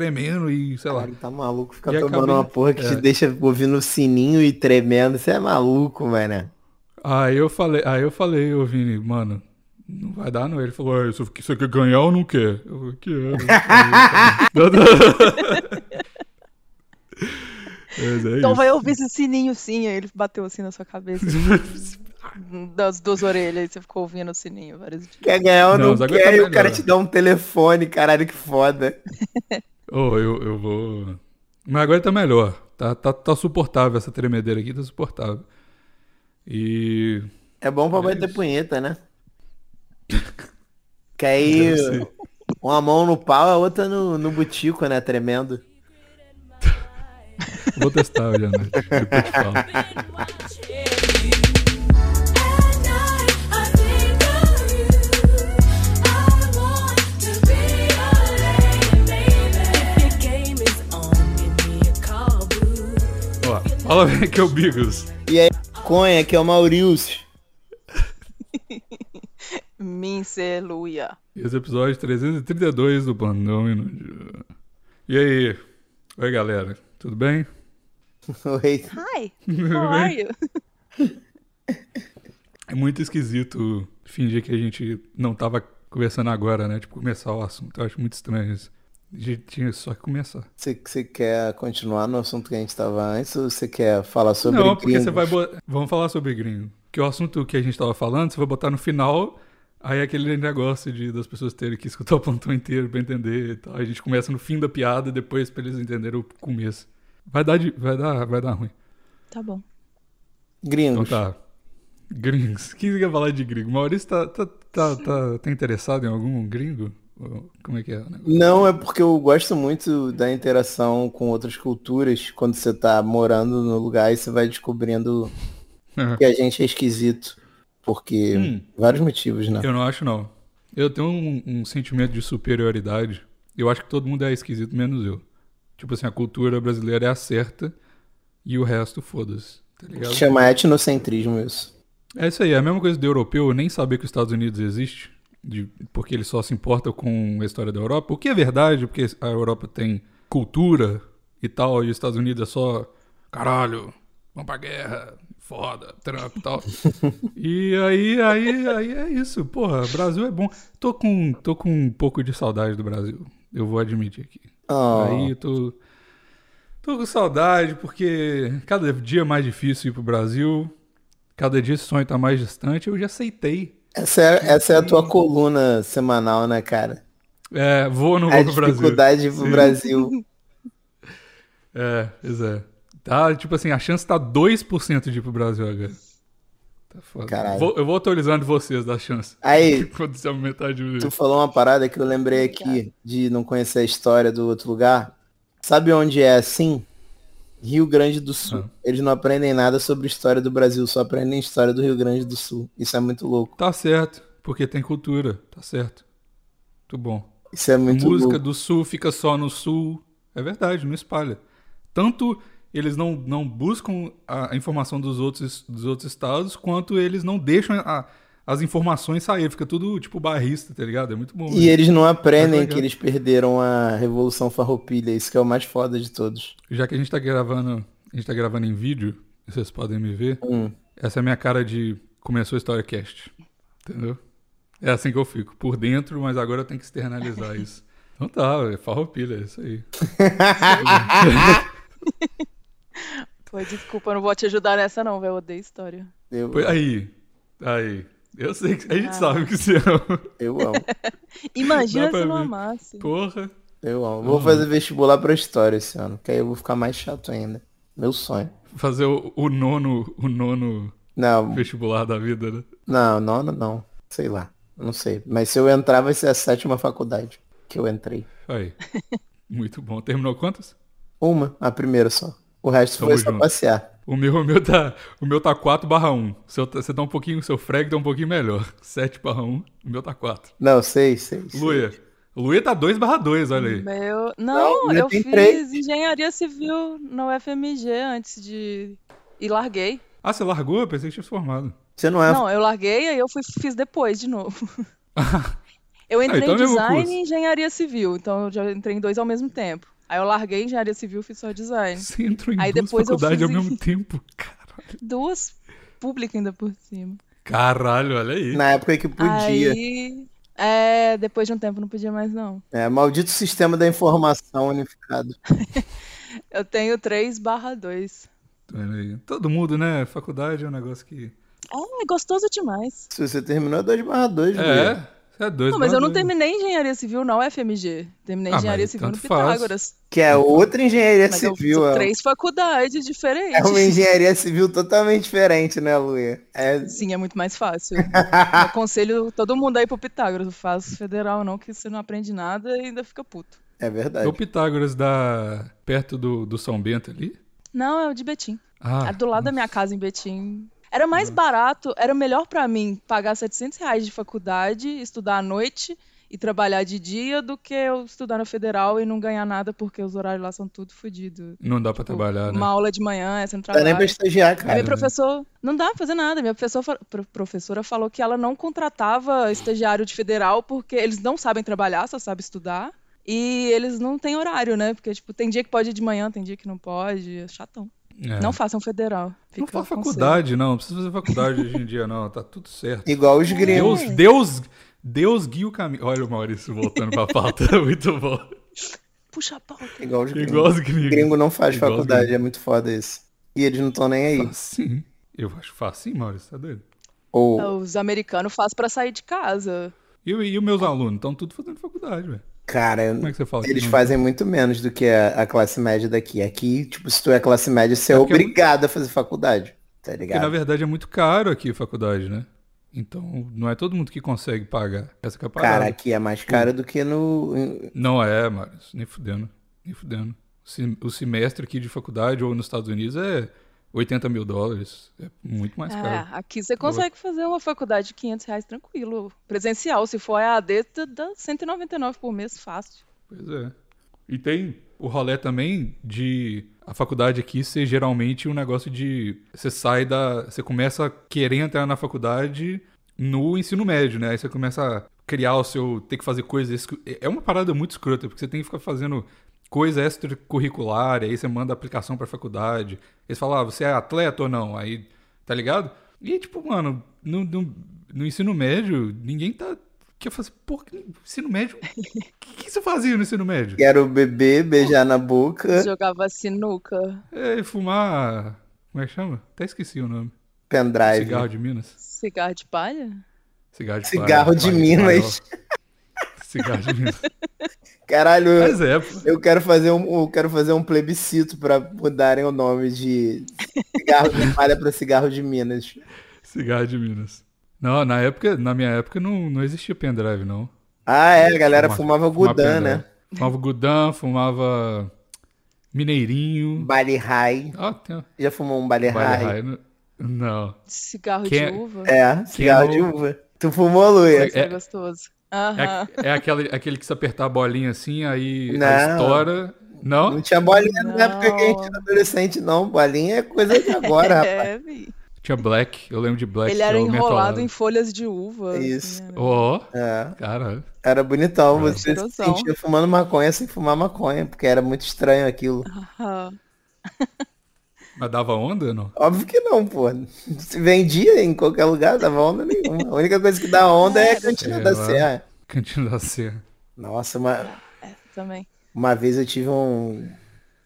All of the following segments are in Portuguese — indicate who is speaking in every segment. Speaker 1: tremendo e sei lá.
Speaker 2: Cara, tá maluco ficar
Speaker 1: E
Speaker 2: tomando
Speaker 1: acabei-
Speaker 2: uma porra que
Speaker 1: é.
Speaker 2: te deixa ouvindo o sininho e tremendo. Você é maluco, mano.
Speaker 1: Aí eu falei, aí eu falei, ô Vini, mano, não vai dar não. Ele falou, "É, "Ué, você você quer ganhar ou não quer? Eu falei, é, né?" quero. Mas é
Speaker 3: Então
Speaker 1: isso.
Speaker 3: vai ouvir esse sininho sim, aí ele bateu assim na sua cabeça, das duas orelhas, e você ficou ouvindo o sininho vários dias.
Speaker 2: Quer ganhar ou
Speaker 1: Não,
Speaker 2: não,
Speaker 1: os aguenta
Speaker 2: quer, e o cara
Speaker 1: melhor.
Speaker 2: te dá um telefone, caralho, que foda.
Speaker 1: Ô, eu, eu vou. Mas agora tá melhor. Tá, tá, tá suportável essa tremedeira aqui, tá suportável. E.
Speaker 2: É bom pra
Speaker 1: É
Speaker 2: bater
Speaker 1: isso.
Speaker 2: punheta, né? Que
Speaker 3: É.
Speaker 2: aí
Speaker 1: Eu sei.
Speaker 2: uma mão no pau, a outra no, no butico, né? Tremendo.
Speaker 1: Vou testar hoje à noite. Depois te falo. Ó, fala bem que é o Bigos.
Speaker 2: E aí, conha, que é o Maurício.
Speaker 3: Minceluia.
Speaker 1: Esse episódio 332 do Bandão Inútil. E aí? Oi, galera. Tudo bem?
Speaker 2: Oi.
Speaker 3: Hi, how are you?
Speaker 1: É muito esquisito fingir que a gente não tava conversando agora, né? Tipo, começar o assunto. Eu acho muito estranho isso. A gente tinha só que começar.
Speaker 2: Você, você quer continuar no assunto que a gente tava antes ou você quer falar sobre
Speaker 1: não, porque você
Speaker 2: gringos?
Speaker 1: vai botar... Vamos falar sobre gringo. Que o assunto que a gente tava falando, você vai botar no final... Aí é aquele negócio de das pessoas terem que escutar o plantão inteiro pra entender e tal. A gente começa no fim da piada, depois pra eles entenderem o começo. Vai dar, de- vai dar, vai dar ruim.
Speaker 3: Tá bom.
Speaker 1: Então
Speaker 2: Gringos.
Speaker 1: tá. Gringos. Quem que quer falar de gringo? Maurício tá, tá, tá, tá, tá interessado em algum gringo? Ou Como é que é o negócio?
Speaker 2: Não, é porque eu gosto muito da interação com outras culturas quando você tá morando no lugar e você vai descobrindo que a gente é esquisito. Porque
Speaker 1: Hum.
Speaker 2: vários motivos, né?
Speaker 1: Eu não acho, não. Eu tenho um, um sentimento de superioridade. Eu acho que todo mundo é esquisito, menos eu. Tipo assim, a cultura brasileira é a certa e o resto, foda-se. Tá ligado?
Speaker 2: Chama etnocentrismo isso.
Speaker 1: É isso aí, é a mesma coisa do europeu nem saber que os Estados Unidos existe, de- porque ele só se importa com a história da Europa, o que é verdade, porque a Europa tem cultura e tal, e os Estados Unidos é só caralho, vamos pra guerra, foda, Trump e tal. e aí, aí, aí é isso, porra, Brasil é bom. Tô com, tô com um pouco de saudade do Brasil, eu vou admitir aqui.
Speaker 2: Oh,
Speaker 1: Aí eu tô. Tô com saudade, porque cada dia é mais difícil ir pro Brasil. Cada dia esse sonho tá mais distante. Eu já aceitei.
Speaker 2: essa, é, essa é a tua coluna semanal, né, cara?
Speaker 1: É, vou ou não
Speaker 2: A
Speaker 1: vou pro Brasil.
Speaker 2: dificuldade pro
Speaker 1: Sim.
Speaker 2: Brasil.
Speaker 1: É, pois é. Tá, tipo assim, a chance tá 2% de ir pro Brasil agora. Tá foda.
Speaker 2: Caralho.
Speaker 1: Vou- eu vou atualizando vocês da chance.
Speaker 2: Aí,
Speaker 1: Quando você aumentar de
Speaker 2: tu falou uma parada que eu lembrei aqui de não conhecer a história do outro lugar. Sabe onde é assim? Rio Grande do Sul.
Speaker 1: Ah.
Speaker 2: Eles não aprendem nada sobre a história do Brasil, só aprendem a história do Rio Grande do Sul. Isso é muito louco.
Speaker 1: Tá certo, porque tem cultura. Tá certo. Muito bom.
Speaker 2: Isso é muito
Speaker 1: música
Speaker 2: louco.
Speaker 1: do sul fica só no sul. É verdade, não espalha. Tanto eles não, não buscam a informação dos outros, dos outros estados, quanto eles não deixam a- as informações sair. Fica tudo tipo barrista, tá ligado? É muito bom.
Speaker 2: E
Speaker 1: né?
Speaker 2: eles não
Speaker 1: Mas
Speaker 2: aprendem
Speaker 1: legal.
Speaker 2: que eles perderam a Revolução Farroupilha, isso que é o mais foda de todos.
Speaker 1: Já que a gente tá gravando, a gente tá gravando em vídeo, vocês podem me ver.
Speaker 2: Hum.
Speaker 1: Essa é a minha cara de começou a história cast. Entendeu? É assim que eu fico, por dentro, mas agora eu tenho que externalizar isso. Então tá, é farroupilha, é isso aí.
Speaker 3: Pô, desculpa, eu não vou te ajudar nessa não, velho, eu odeio história.
Speaker 2: Eu,
Speaker 1: Pois- Aí, aí. Eu sei que a gente
Speaker 3: Ah.
Speaker 1: sabe que você ama.
Speaker 2: eu amo,
Speaker 3: Imagina
Speaker 1: Dá pra
Speaker 3: se eu não
Speaker 1: ver.
Speaker 3: amasse.
Speaker 1: Porra.
Speaker 2: eu amo.
Speaker 1: Hum.
Speaker 2: Vou fazer vestibular pra história esse ano, que aí eu vou ficar mais chato ainda. Meu sonho.
Speaker 1: Fazer o, o nono, o nono
Speaker 2: Não,
Speaker 1: vestibular da vida, né?
Speaker 2: não, não, não, não. Sei lá. Não sei. Mas se eu entrar, vai ser a sétima faculdade que eu entrei.
Speaker 1: Aí. Muito bom. Terminou quantas?
Speaker 2: Uma, a primeira só. O resto foi
Speaker 1: Tamo
Speaker 2: só
Speaker 1: junto.
Speaker 2: passear.
Speaker 1: O meu, o meu tá, o meu tá 4 barra 1. Seu, tá- você tá um pouquinho, seu frag tá um pouquinho melhor. 7 barra 1, o meu tá 4.
Speaker 2: Não, sei, sei. sei.
Speaker 1: Luia. Luia tá 2 barra 2, olha aí.
Speaker 3: Meu, não,
Speaker 2: Não, eu
Speaker 3: eu
Speaker 2: tenho
Speaker 3: fiz
Speaker 2: três.
Speaker 3: engenharia civil na UFMG antes de e larguei.
Speaker 1: Ah, você largou? Eu pensei que tinha se formado.
Speaker 2: Você não é.
Speaker 3: Não, eu larguei aí eu fui fiz depois de novo. Eu entrei
Speaker 1: então é o
Speaker 3: em
Speaker 1: mesmo
Speaker 3: design
Speaker 1: curso.
Speaker 3: e engenharia civil, então eu já entrei em dois ao mesmo tempo. Aí eu larguei engenharia civil e fiz só design.
Speaker 1: Você entrou em
Speaker 3: É. Aí
Speaker 1: duas
Speaker 3: depois eu
Speaker 1: faculdades ao
Speaker 3: fiz-
Speaker 1: mesmo tempo. Caralho.
Speaker 3: Duas públicas ainda por cima.
Speaker 1: Caralho, olha aí.
Speaker 2: Na época que podia.
Speaker 3: Aí, é, depois de um tempo não podia mais não.
Speaker 2: É, maldito sistema da informação unificado.
Speaker 3: Eu tenho 3 barra 2.
Speaker 1: Olha aí. Todo mundo, né? Faculdade é um negócio que.
Speaker 3: Ah, é gostoso demais.
Speaker 2: Se você terminou, é 2 barra 2,
Speaker 1: É, você é dois.
Speaker 3: Não, mas eu não
Speaker 1: barra dois.
Speaker 3: terminei engenharia civil na UFMG. Terminei
Speaker 1: Ah, mas
Speaker 3: engenharia civil no
Speaker 1: tanto faz.
Speaker 3: Pitágoras.
Speaker 2: Que é outra engenharia
Speaker 3: Mas eu fiz
Speaker 2: civil. É,
Speaker 3: três faculdades
Speaker 2: é
Speaker 3: diferentes.
Speaker 2: uma
Speaker 1: um
Speaker 2: engenharia civil totalmente diferente, né, Luia? É,
Speaker 3: Sim, é muito mais fácil. Eu aconselho todo mundo aí pro Pitágoras. Não faz federal, não, que você não aprende nada e ainda fica puto.
Speaker 2: é
Speaker 1: É
Speaker 2: verdade.
Speaker 1: o
Speaker 3: Tá
Speaker 1: Pitágoras da. perto do, do São Bento ali?
Speaker 3: Não, é o de Betim.
Speaker 1: Ah, Hum.
Speaker 3: é do lado da minha casa em Betim. Era mais barato, era melhor pra mim pagar 700 reais de faculdade, estudar à noite e trabalhar de dia do que eu estudar na federal e não ganhar nada porque os horários lá são tudo fodido.
Speaker 1: Não dá pra
Speaker 3: Tipo,
Speaker 1: trabalhar, né?
Speaker 3: Uma aula de manhã, é essa não
Speaker 2: Não dá nem
Speaker 3: trabalha.
Speaker 2: pra estagiar,
Speaker 3: Aí
Speaker 2: cara.
Speaker 1: É,
Speaker 3: minha
Speaker 1: né?
Speaker 3: professora. Não dá pra fazer nada. Minha professora, fa- pro- professora falou que ela não contratava estagiário de federal porque eles não sabem trabalhar, só sabem estudar. E eles não têm horário, né? Porque, tipo, tem dia que pode ir de manhã, tem dia que não pode. É chatão.
Speaker 1: É.
Speaker 3: Não façam federal. Fica
Speaker 1: Não faz
Speaker 3: o conselho.
Speaker 1: faculdade, não. Não precisa fazer faculdade hoje em dia, não. Tá tudo certo.
Speaker 2: Igual os gringos.
Speaker 1: Deus, Deus, Deus guia o caminho. Olha o Maurício voltando pra pauta. Muito bom.
Speaker 3: Puxa a pauta.
Speaker 2: Igual os gringos.
Speaker 1: Igual os gringos.
Speaker 2: Gringo não faz
Speaker 1: Igual os
Speaker 2: faculdade,
Speaker 1: gringos.
Speaker 2: é muito foda isso. E eles não estão nem aí.
Speaker 1: Faz sim. Eu acho fácil, sim, Maurício. Tá doido?
Speaker 2: Ou,
Speaker 3: Os americanos fazem pra sair de casa.
Speaker 1: E, e os meus alunos? Estão tudo fazendo faculdade, velho.
Speaker 2: cara,
Speaker 1: Como é que você fala? que
Speaker 2: eles
Speaker 1: não-
Speaker 2: fazem muito menos do que a, a classe média daqui. Aqui, tipo, se tu é classe média, você é
Speaker 1: É porque é muito-
Speaker 2: obrigado a fazer faculdade.
Speaker 1: Porque,
Speaker 2: Tá
Speaker 1: na
Speaker 2: ligado?
Speaker 1: verdade, é muito caro aqui a faculdade, né? Então, não é todo mundo que consegue pagar. Essa que é a parada.
Speaker 2: Cara, aqui é mais caro do que no. em-
Speaker 1: Não é, Marius. Nem fudendo. Nem fudendo. Sim- O semestre aqui de faculdade ou nos Estados Unidos é 80 mil dólares. É muito mais caro.
Speaker 3: É, aqui você consegue fazer uma faculdade de 500 reais tranquilo. Presencial, se for EAD, tu dá 199 por mês, fácil.
Speaker 1: Pois é. E tem o rolê também de a faculdade aqui ser geralmente um negócio de. Você sai da. Você começa a querer entrar na faculdade no ensino médio, né? Aí você começa a criar o seu. ter que fazer coisas. escro- É uma parada muito escrota, porque você tem que ficar fazendo coisa extracurricular, e aí você manda aplicação pra faculdade. Eles falam, ah, você é atleta ou não? Aí, tá ligado? E tipo, mano, no, no, no ensino médio, ninguém tá. Quer fazer. Porra, que ensino médio. O que, que você fazia no ensino médio?
Speaker 2: Quero beber, beijar na boca,
Speaker 3: Jogava sinuca,
Speaker 1: É, fumar. Como é que chama? Até esqueci o nome.
Speaker 2: pendrive.
Speaker 1: Cigarro de Minas?
Speaker 3: cigarro de palha.
Speaker 1: Cigarro de
Speaker 2: Cigarro de
Speaker 1: palha,
Speaker 2: Minas.
Speaker 1: farol. Cigarro de Minas.
Speaker 2: Caralho,
Speaker 1: Mas é, pô.
Speaker 2: eu quero fazer um, eu quero fazer um plebiscito pra mudarem o nome de cigarro de malha pra cigarro de Minas.
Speaker 1: Cigarro de Minas. Não, na época, na minha época não, não existia pendrive, não.
Speaker 2: Ah, é, a galera
Speaker 1: Fumar-
Speaker 2: fumava
Speaker 1: Fumava
Speaker 2: Gudan,
Speaker 1: pendrive.
Speaker 2: né?
Speaker 1: Fumava Gudan, fumava Mineirinho.
Speaker 2: Bali High.
Speaker 1: Ah, tem um
Speaker 2: Já fumou um Bali
Speaker 1: Baile
Speaker 2: High?
Speaker 1: High no- Não.
Speaker 3: Cigarro
Speaker 1: Que-
Speaker 3: de uva.
Speaker 2: É, cigarro de
Speaker 1: Quem não-
Speaker 2: uva. Tu fumou, Luia?
Speaker 3: Isso é, gostoso.
Speaker 1: É,
Speaker 3: Aham.
Speaker 1: a- é aquele, aquele que se apertar a bolinha assim, aí aí
Speaker 2: Não.
Speaker 1: estoura. Não?
Speaker 2: Não tinha bolinha né?
Speaker 3: Não.
Speaker 2: na época que a gente era adolescente, não. Bolinha é coisa de agora, rapaz.
Speaker 3: É, vi.
Speaker 1: Tinha Black, eu lembro de Black.
Speaker 3: Ele era
Speaker 1: que é eu me
Speaker 3: enrolado
Speaker 1: atolava.
Speaker 3: em folhas de uva.
Speaker 2: Isso.
Speaker 3: assim, era
Speaker 1: Ó,
Speaker 2: É,
Speaker 1: caralho.
Speaker 2: era bonitão.
Speaker 1: É.
Speaker 2: Você se
Speaker 3: Cheirosão.
Speaker 2: sentia fumando maconha sem fumar maconha, porque era muito estranho aquilo.
Speaker 3: Aham.
Speaker 1: Mas dava onda ou não?
Speaker 2: Óbvio que não, pô. Se vendia em qualquer lugar, dava onda nenhuma. A única coisa que dá onda é a cantina
Speaker 1: Sei
Speaker 2: da
Speaker 1: lá.
Speaker 2: Serra.
Speaker 1: Cantina da Serra.
Speaker 2: Nossa, uma,
Speaker 3: Essa também.
Speaker 2: uma vez eu tive um.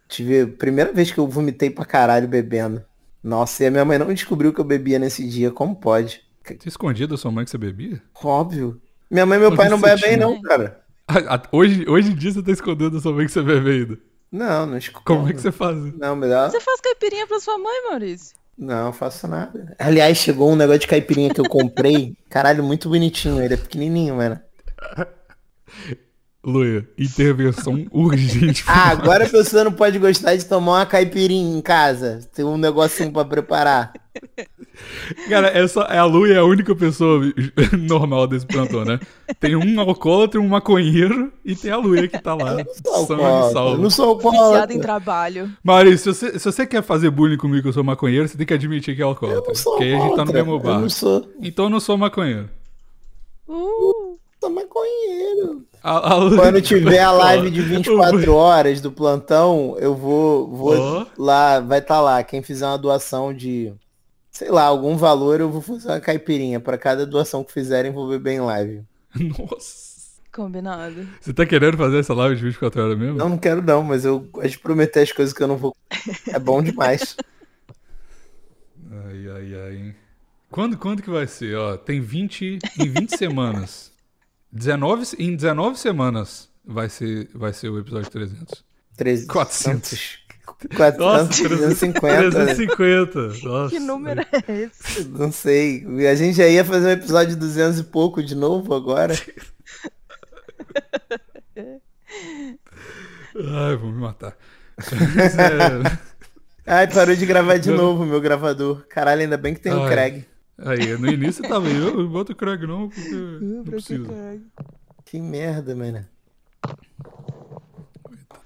Speaker 2: Tive. Primeira vez que eu vomitei pra caralho bebendo. Nossa, e a minha mãe não descobriu que eu bebia nesse dia. Como pode?
Speaker 1: Você escondia da sua mãe que você bebia?
Speaker 2: Óbvio. Minha mãe e meu
Speaker 1: Mas
Speaker 2: pai não
Speaker 1: isso
Speaker 2: bebem,
Speaker 1: tinha.
Speaker 2: não, cara.
Speaker 1: Ah, ah, Hoje, hoje em dia você tá escondendo da sua mãe que você bebe ainda.
Speaker 2: Não, não escuto.
Speaker 1: Como é que você faz? isso?
Speaker 2: Não, melhor.
Speaker 3: Você faz caipirinha pra sua mãe, Maurício?
Speaker 2: Não, eu faço nada. Aliás, chegou um negócio de caipirinha que eu comprei. Caralho, muito bonitinho. Ele é pequenininho, mano.
Speaker 1: Luia, intervenção urgente.
Speaker 2: Ah, agora a pessoa não pode gostar de tomar uma caipirinha em casa. Tem um negocinho pra preparar.
Speaker 1: Cara, essa, a Luia é a única pessoa normal desse plantão, né? Tem um alcoólatra, um maconheiro e tem a Luia que tá lá.
Speaker 2: Sou
Speaker 1: São
Speaker 2: alcoólatra,
Speaker 1: e salvo.
Speaker 2: Não sou
Speaker 3: Viciado em
Speaker 2: alcoólatra.
Speaker 3: trabalho.
Speaker 1: Maurício, se você, se você quer fazer bullying comigo que eu sou maconheiro, você tem que admitir que é alcoólatra.
Speaker 2: Eu não sou
Speaker 1: porque aí a gente tá no
Speaker 2: alcoólatra.
Speaker 1: mesmo
Speaker 2: Eu
Speaker 1: bar.
Speaker 2: não sou.
Speaker 1: Então eu não sou maconheiro.
Speaker 3: Uh,
Speaker 2: Tá maconheiro.
Speaker 1: A, a Lu-
Speaker 2: Quando tiver a live de
Speaker 1: O
Speaker 2: 24 horas do plantão, eu vou, vou
Speaker 1: Ó.
Speaker 2: lá, vai estar lá. Quem fizer uma doação de, sei lá, algum valor, eu vou fazer uma caipirinha. Pra cada doação que fizerem, vou beber em live.
Speaker 1: Nossa.
Speaker 3: Combinado.
Speaker 1: Você tá querendo fazer essa live de 24 horas mesmo?
Speaker 2: Não, não quero não, mas eu gosto de prometer as coisas que eu não vou. É bom demais.
Speaker 1: Ai, ai, ai. hein? Quando, quando que vai ser? Ó, tem 20. Em 20 semanas. 19, se- em 19 semanas vai ser, vai ser o episódio 300.
Speaker 2: 300.
Speaker 1: 400.
Speaker 2: 400, 350. né?
Speaker 1: 350. Nossa.
Speaker 3: Que número é esse?
Speaker 2: Não sei. A gente já ia fazer um episódio de 200 e pouco de novo agora.
Speaker 1: Ai, vou me matar. Mas, é,
Speaker 2: Ai, parou de gravar de
Speaker 1: Não.
Speaker 2: novo, meu gravador. Caralho, ainda bem que tem o
Speaker 1: Ai.
Speaker 2: Craig.
Speaker 1: aí, no início tava eu, não bota o Craig não, porque não
Speaker 3: Pra que
Speaker 1: precisa.
Speaker 3: caralho?
Speaker 2: Que merda, mano.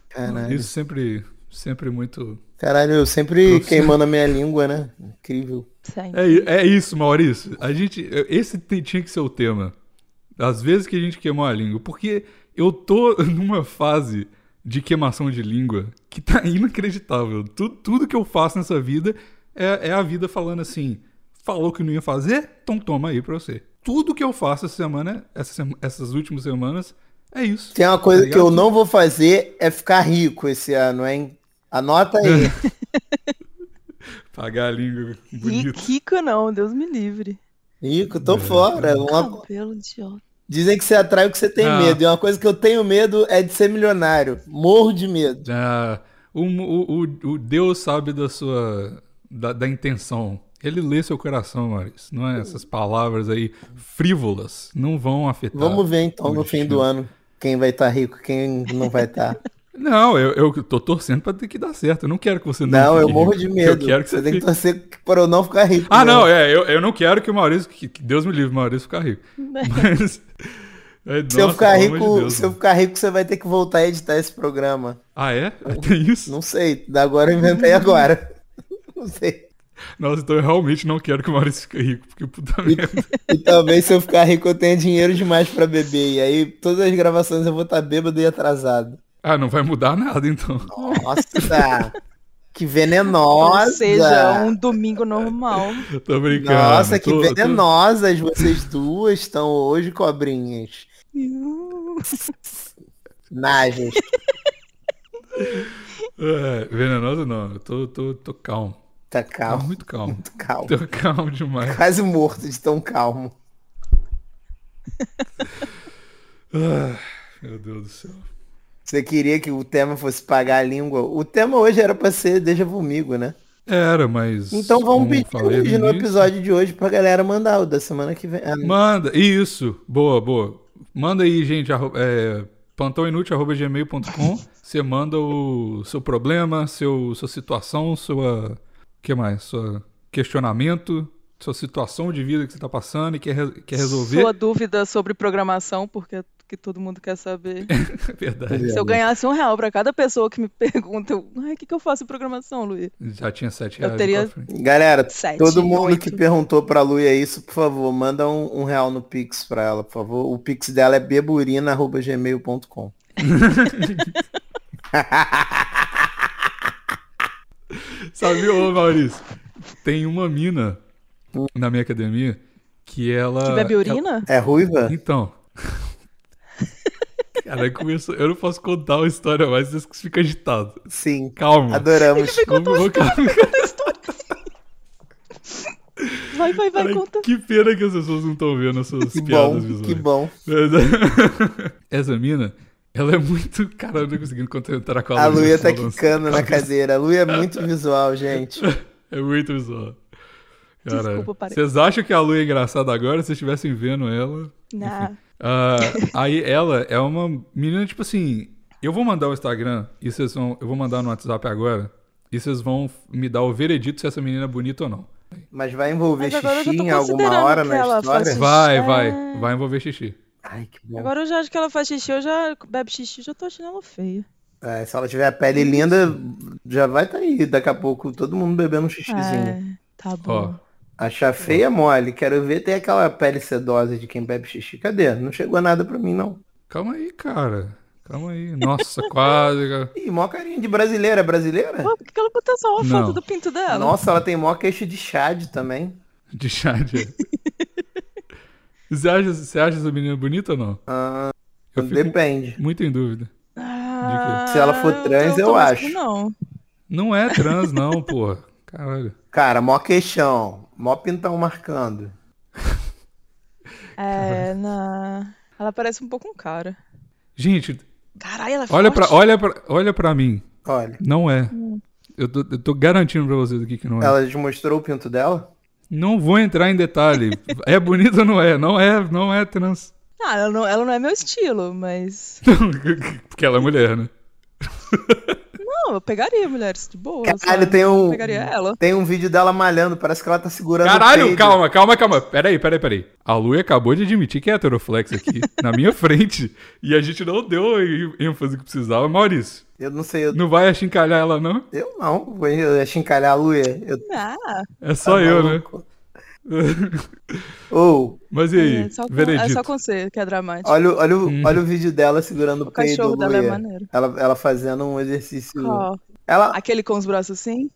Speaker 2: Caralho.
Speaker 1: Isso sempre, sempre muito.
Speaker 2: Caralho, eu sempre queimando a minha língua, né? Incrível.
Speaker 3: Sempre.
Speaker 1: É, i- é isso, Maurício. A gente, esse te- tinha que ser o tema. As vezes que a gente queimou a língua, porque eu tô numa fase de queimação de língua que tá inacreditável. Tudo, tudo que eu faço nessa vida é, é a vida falando assim: falou que não ia fazer, então toma aí pra você. Tudo que eu faço essa semana, essa sema- essas últimas semanas, é isso.
Speaker 2: Tem uma coisa
Speaker 1: Tá
Speaker 2: que eu
Speaker 1: ligado?
Speaker 2: não vou fazer é ficar rico esse ano, hein? Anota aí.
Speaker 1: Pagar a língua
Speaker 3: Ri-
Speaker 1: bonito.
Speaker 3: Rico não, Deus me livre.
Speaker 2: Rico, tô fora. Uma-
Speaker 3: Cabelo idiota.
Speaker 2: Dizem que você atrai o que você tem
Speaker 1: Ah.
Speaker 2: medo. E uma coisa que eu tenho medo é de ser milionário. Morro de medo.
Speaker 1: Ah, o, o, o- o Deus sabe da sua da, da intenção. Ele lê seu coração, Maurício. Não é essas palavras aí frívolas não vão afetar.
Speaker 2: Vamos ver então no
Speaker 1: Muito
Speaker 2: fim do
Speaker 1: chique.
Speaker 2: ano quem vai estar rico, quem não vai tá. estar.
Speaker 1: Não, eu, eu tô torcendo pra ter que dar certo. Eu não quero que você
Speaker 2: Não, eu
Speaker 1: fique
Speaker 2: morro
Speaker 1: rico.
Speaker 2: de medo.
Speaker 1: Eu quero que você,
Speaker 2: tem que
Speaker 1: fique...
Speaker 2: torcer para eu não ficar rico.
Speaker 1: Ah,
Speaker 2: né?
Speaker 1: não, é, eu, eu não quero que o Maurício, que, que Deus me livre, o Maurício ficar rico. Mas. é,
Speaker 2: Se eu
Speaker 1: nossa,
Speaker 2: ficar
Speaker 1: pelo amor de
Speaker 2: rico,
Speaker 1: Deus,
Speaker 2: se eu
Speaker 1: mano.
Speaker 2: ficar rico, você vai ter que voltar a editar esse programa.
Speaker 1: Ah, é? Tem isso?
Speaker 2: Não sei, da agora eu inventei agora. Não sei.
Speaker 1: Nossa, então eu realmente não quero que o Maurício fique rico, porque puta merda.
Speaker 2: E talvez se eu ficar rico eu tenha dinheiro demais para beber. E aí todas as gravações eu vou estar bêbado e atrasado.
Speaker 1: Ah, não vai mudar nada então.
Speaker 2: Nossa! que
Speaker 3: Ou
Speaker 2: venenosa!
Speaker 3: seja, um domingo normal.
Speaker 1: Tô brincando.
Speaker 2: Nossa, que
Speaker 1: tô- tô-
Speaker 2: venenosas vocês duas estão hoje, cobrinhas. Najas.
Speaker 1: É, venenosa não, eu tô, tô, tô calmo.
Speaker 2: Tá
Speaker 1: Tô
Speaker 2: calmo,
Speaker 1: muito calmo.
Speaker 2: calmo.
Speaker 1: Tô calmo demais.
Speaker 2: Quase morto de tão calmo.
Speaker 1: Ah, meu Deus do céu.
Speaker 2: Você queria que o tema fosse pagar a língua. O tema hoje era pra ser Deja Vomigo, né?
Speaker 1: Era, mas.
Speaker 2: Então vamos
Speaker 1: como
Speaker 2: pedir
Speaker 1: falei
Speaker 2: hoje no
Speaker 1: início-
Speaker 2: episódio de hoje pra galera mandar o da semana que vem. Ah, não.
Speaker 1: Manda, isso. Boa, boa. Manda aí, gente. arro- É, plantãoinútil.gmail.com. Você manda o seu problema, seu, sua situação, sua. que mais? Sua questionamento, sua situação de vida que você tá passando e quer, re- quer resolver.
Speaker 3: Sua dúvida sobre programação, porque é que todo mundo quer saber.
Speaker 1: É verdade.
Speaker 3: Se eu ganhasse um real pra cada pessoa que me pergunta, eu, "Ai, o que, que eu faço em programação, Luiz?
Speaker 1: Já tinha sete
Speaker 3: Eu
Speaker 1: reais.
Speaker 3: teria-
Speaker 1: pra frente.
Speaker 2: Galera,
Speaker 3: Sete,
Speaker 2: todo mundo
Speaker 3: oito.
Speaker 2: que perguntou pra Lu é isso, por favor, manda um, um real no Pix pra ela, por favor. O Pix dela é beburina.gmail.com.
Speaker 1: Sabe, ô Maurício, tem uma mina na minha academia que ela.
Speaker 3: Que bebe urina?
Speaker 2: É ruiva?
Speaker 1: ela- Então. Cara, começou... eu não posso contar uma história mais, vocês ficam agitados.
Speaker 2: Sim.
Speaker 1: Calma.
Speaker 2: Adoramos.
Speaker 1: Como eu vou calma.
Speaker 3: Vai, vai, vai,
Speaker 1: Cara,
Speaker 3: conta.
Speaker 1: que pena que as pessoas não estão vendo essas
Speaker 2: Que bom,
Speaker 1: piadas visuais.
Speaker 2: que bom.
Speaker 1: Essa mina, ela é muito. Cara, eu não tô conseguindo contentar com a,
Speaker 2: A Lu ia tá
Speaker 1: falando.
Speaker 2: quicando na cadeira. A Lu é muito visual, gente.
Speaker 1: É muito visual. Cara,
Speaker 3: Desculpa, parei.
Speaker 1: Vocês acham que a Lu é engraçada agora? Se vocês estivessem vendo ela.
Speaker 3: Nah.
Speaker 1: Ah, aí ela é uma menina, tipo assim. Eu vou mandar o Instagram e vocês vão. Eu vou mandar no WhatsApp agora. E vocês vão me dar o veredito se essa menina é bonita ou não.
Speaker 2: Mas vai envolver
Speaker 3: Mas agora eu já tô
Speaker 2: xixi em alguma
Speaker 3: considerando
Speaker 2: hora
Speaker 3: que
Speaker 2: na
Speaker 3: ela
Speaker 2: história?
Speaker 3: faça-
Speaker 1: Vai,
Speaker 3: Ah.
Speaker 1: vai. Vai envolver xixi.
Speaker 2: Ai, que bom.
Speaker 3: Agora eu já acho que ela faz xixi, eu já bebe xixi, eu já tô achando ela feia.
Speaker 2: É, se ela tiver a pele
Speaker 3: É.
Speaker 2: linda, já vai tá aí. Daqui a pouco todo mundo bebendo um xixizinho.
Speaker 3: Ah, tá
Speaker 1: Ó.
Speaker 3: bom.
Speaker 2: Achar feia é mole. Quero ver tem aquela pele sedosa de quem bebe xixi. Cadê? Não chegou nada pra mim, não.
Speaker 1: Calma aí, cara. Calma aí. Nossa, quase. cara.
Speaker 2: Ih, mó carinha de brasileira. É brasileira?
Speaker 3: Pô, por que ela botou só uma
Speaker 1: Não.
Speaker 3: foto do pinto dela?
Speaker 2: Nossa, ela tem mó queixo de chade também.
Speaker 1: De Xade. Você acha, você acha essa menina bonita ou não? eu fico
Speaker 2: Depende.
Speaker 1: muito em dúvida.
Speaker 3: Ah,
Speaker 2: Se ela for trans, eu
Speaker 3: tô mais
Speaker 2: acho.
Speaker 3: pro Não.
Speaker 1: Não é trans, não, porra. Caralho.
Speaker 2: Cara, mó queixão. Mó pintão marcando.
Speaker 3: É, na... Ela parece um pouco um cara.
Speaker 1: Gente,
Speaker 3: Caralho, ela é
Speaker 1: olha pra,
Speaker 3: forte.
Speaker 1: olha, pra, olha pra mim.
Speaker 2: Olha.
Speaker 1: Não é.
Speaker 3: Hum.
Speaker 1: Eu tô, eu tô garantindo pra vocês aqui que não é.
Speaker 2: Ela te mostrou o pinto dela?
Speaker 1: Não vou entrar em detalhe. É bonita ou não é? Não é, não é trans.
Speaker 3: Ah, ela não, ela não é meu estilo, mas.
Speaker 1: Porque ela é mulher, né?
Speaker 3: Não, eu pegaria mulheres de boa.
Speaker 2: Caralho,
Speaker 3: sabe?
Speaker 2: tem um.
Speaker 3: Eu pegaria ela.
Speaker 2: Tem um vídeo dela malhando. Parece que ela tá segurando o
Speaker 1: Caralho,
Speaker 2: peido.
Speaker 1: calma, calma, calma. Peraí, peraí, peraí. A Lu acabou de admitir que é heteroflex aqui, na minha frente. E a gente não deu a ênfase que precisava. Maurício,
Speaker 2: Eu não sei. Eu,
Speaker 1: não vai achincalhar ela, não?
Speaker 2: eu não. Vou achincalhar a Luia. Eu tô
Speaker 3: Ah,
Speaker 1: É só eu, né?
Speaker 2: Tá maluco. Ou,
Speaker 1: Mas e aí?
Speaker 3: é só, com, é
Speaker 1: Veredito.
Speaker 3: só com você que é dramático.
Speaker 2: olha, o- olha, o- olha o vídeo dela segurando o,
Speaker 3: O
Speaker 2: peido,
Speaker 3: cachorro dela é
Speaker 2: Luia.
Speaker 3: maneiro.
Speaker 2: Ela, ela fazendo um exercício.
Speaker 3: Ó,
Speaker 2: Ela.
Speaker 3: aquele com os braços assim?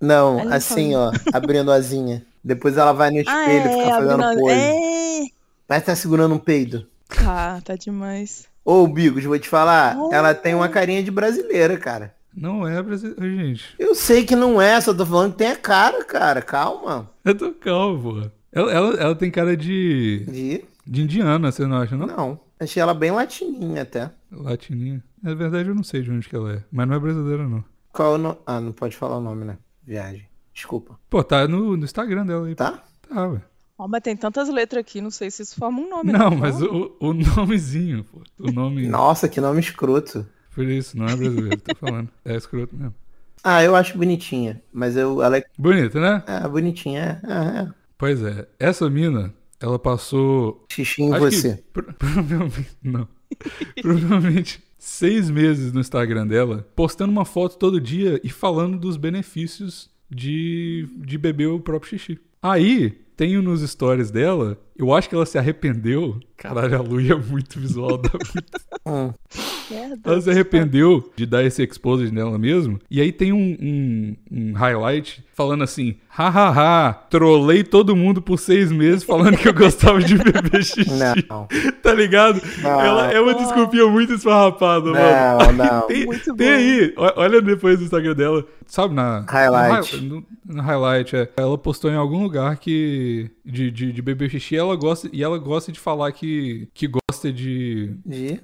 Speaker 2: Não,
Speaker 3: Olha
Speaker 2: assim, ó, abrindo a asinha. Depois ela vai no
Speaker 3: Ah,
Speaker 2: espelho e
Speaker 3: é,
Speaker 2: fica fazendo
Speaker 3: abdominal-
Speaker 2: pose.
Speaker 3: é.
Speaker 2: Mas tá segurando um peido.
Speaker 3: Tá, tá demais.
Speaker 2: Ô, Bigos, vou te falar, ela tem uma carinha de brasileira, cara.
Speaker 1: Não é brasileiro, gente.
Speaker 2: Eu sei que não é, só tô falando que tem a cara, cara. Calma.
Speaker 1: Eu tô calmo, porra. Ela, ela, ela tem cara de,
Speaker 2: De...
Speaker 1: de indiana, você não acha, não?
Speaker 2: Não. Achei ela bem latininha até.
Speaker 1: Latininha. Na verdade, eu não sei de onde que ela é. Mas não é brasileira, não.
Speaker 2: Qual é o nome? Ah, não pode falar o nome, né? Viagem. Desculpa.
Speaker 1: Pô, tá no, no Instagram dela aí.
Speaker 2: Tá?
Speaker 1: Tá, ué.
Speaker 3: Ó, mas tem tantas letras aqui, não sei se isso forma um nome.
Speaker 1: Não,
Speaker 3: né?
Speaker 1: mas o, o nomezinho, pô. O nome.
Speaker 2: Nossa, que nome escroto.
Speaker 1: Por isso, não é brasileiro, tô falando. É escroto mesmo.
Speaker 2: Ah, eu acho bonitinha. Mas eu, ela é.
Speaker 1: Bonito, né?
Speaker 2: Ah, bonitinha, é. Ah, é.
Speaker 1: Pois é. Essa mina, ela passou.
Speaker 2: Xixi em
Speaker 1: acho que
Speaker 2: você.
Speaker 1: pro- provavelmente. Não. provavelmente seis meses no Instagram dela, postando uma foto todo dia e falando dos benefícios de, de beber o próprio xixi. Aí, tenho nos stories dela, eu acho que ela se arrependeu. Caralho, a Lu é muito visual da
Speaker 2: Hum.
Speaker 3: Merda.
Speaker 1: Ela se arrependeu de dar esse expose nela mesmo. E aí tem um, um- um highlight falando assim: hahaha, trolei todo mundo por seis meses falando que eu gostava de beber xixi.
Speaker 2: Não.
Speaker 1: Tá ligado?
Speaker 2: Não.
Speaker 1: Ela é uma desculpinha muito esfarrapada, mano.
Speaker 2: Não, não.
Speaker 1: Tem,
Speaker 3: Muito
Speaker 1: tem
Speaker 3: bom.
Speaker 1: aí, o- olha depois do Instagram dela. Sabe, na.
Speaker 2: Highlight.
Speaker 1: No, hi- no- no highlight, é. Ela postou em algum lugar que. De, de, de beber xixi ela gosta, e ela gosta de falar que, que gosta de.
Speaker 2: De.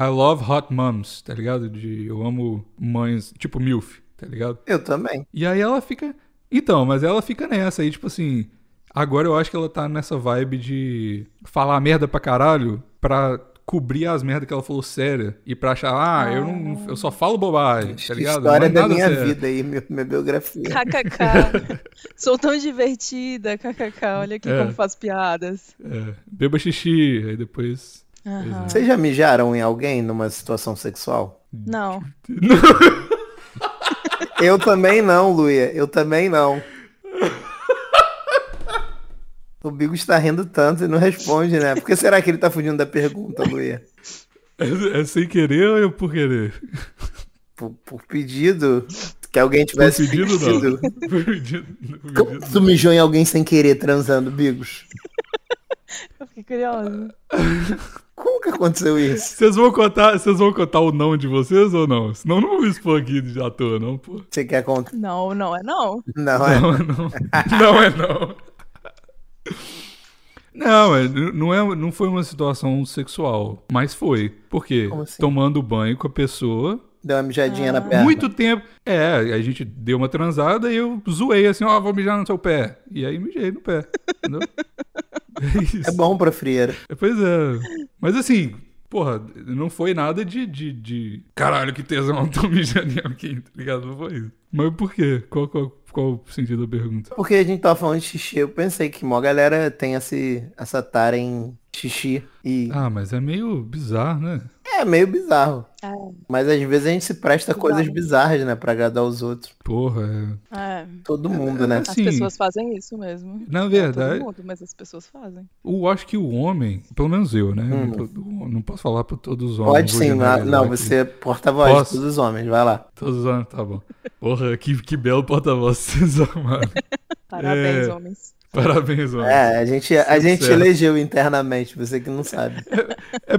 Speaker 1: I love hot moms, tá ligado? De eu amo mães, tipo MILF, tá ligado?
Speaker 2: Eu também.
Speaker 1: E aí ela fica. Então, mas ela fica nessa aí, tipo assim. Agora eu acho que ela tá nessa vibe de falar merda pra caralho pra cobrir as merdas que ela falou séria e pra achar, ah, eu não. Eu só falo bobagem, tá ligado? Não é
Speaker 2: História da
Speaker 1: nada
Speaker 2: minha
Speaker 1: sério.
Speaker 2: vida aí, meu- minha biografia.
Speaker 3: KKK. Sou tão divertida, kkk. Olha aqui
Speaker 1: É.
Speaker 3: como faço piadas.
Speaker 1: É, beba xixi, aí depois.
Speaker 3: Aham.
Speaker 2: Vocês já mijaram em alguém numa situação sexual?
Speaker 3: Não.
Speaker 2: Eu também não, Luia. Eu também não. O Bigo está rindo tanto e não responde, né? Por que será que ele tá fugindo da pergunta, Luia?
Speaker 1: É, é sem querer ou é por querer?
Speaker 2: Por, por pedido? Que alguém
Speaker 1: Por
Speaker 2: tivesse
Speaker 1: pedido, não.
Speaker 2: pedido?
Speaker 1: Por pedido, por
Speaker 2: É Como
Speaker 1: pedido.
Speaker 2: tu mijou em alguém sem querer transando, Bigos?
Speaker 3: Eu fiquei curiosa.
Speaker 2: Como que aconteceu isso?
Speaker 1: Vocês vão contar, vocês vão contar o não de vocês ou não? Senão eu não vou expor aqui de à toa, não, pô.
Speaker 2: Você quer contar?
Speaker 3: Não, não é não.
Speaker 2: Não, é.
Speaker 1: Não é não. Não é não. Não, é, n- não, é, não foi uma situação sexual, mas foi. Por quê?
Speaker 2: Como assim?
Speaker 1: Tomando banho com a pessoa.
Speaker 2: Deu uma mijadinha na perna.
Speaker 1: Muito tempo. É, a gente deu uma transada e eu zoei assim, ó, vou mijar no seu pé. E aí mijei no pé. Entendeu? É isso.
Speaker 2: É bom pra frieira.
Speaker 1: É, Pois é. Mas assim, porra, não foi nada de. de, de... Caralho, que tesão, tô mijando em alguém, tá ligado? Não foi isso. Mas por quê? Qual, qual, qual o sentido da pergunta?
Speaker 2: Porque a gente tava falando de xixi, eu pensei que mó galera tem esse, essa tara em xixi e.
Speaker 1: Ah, mas é meio bizarro, né?
Speaker 2: É meio bizarro.
Speaker 3: É,
Speaker 2: Mas às vezes a gente se presta
Speaker 3: Bizarro.
Speaker 2: coisas bizarras, né? Pra agradar os outros.
Speaker 1: Porra, é...
Speaker 3: é.
Speaker 2: Todo mundo, né?
Speaker 3: As
Speaker 1: Sim.
Speaker 3: pessoas fazem isso mesmo.
Speaker 1: Na
Speaker 3: Não
Speaker 1: verdade,
Speaker 3: todo mundo, mas as pessoas fazem.
Speaker 1: eu acho que o homem, pelo menos eu, né?
Speaker 2: Hum.
Speaker 1: Não tô- Não posso falar pra todos os homens. né?
Speaker 2: Pode
Speaker 1: vou
Speaker 2: sim,
Speaker 1: generalizar
Speaker 2: não,
Speaker 1: aqui.
Speaker 2: você é porta-voz
Speaker 1: Posso?
Speaker 2: de todos os homens, vai lá.
Speaker 1: Todos os homens, tá bom. Porra, que, que belo porta-voz vocês amaram.
Speaker 3: Parabéns,
Speaker 1: É.
Speaker 3: homens.
Speaker 1: Parabéns, homem. É.
Speaker 2: É, a gente, a
Speaker 1: Tudo
Speaker 2: gente
Speaker 1: certo.
Speaker 2: elegeu internamente, você que não sabe.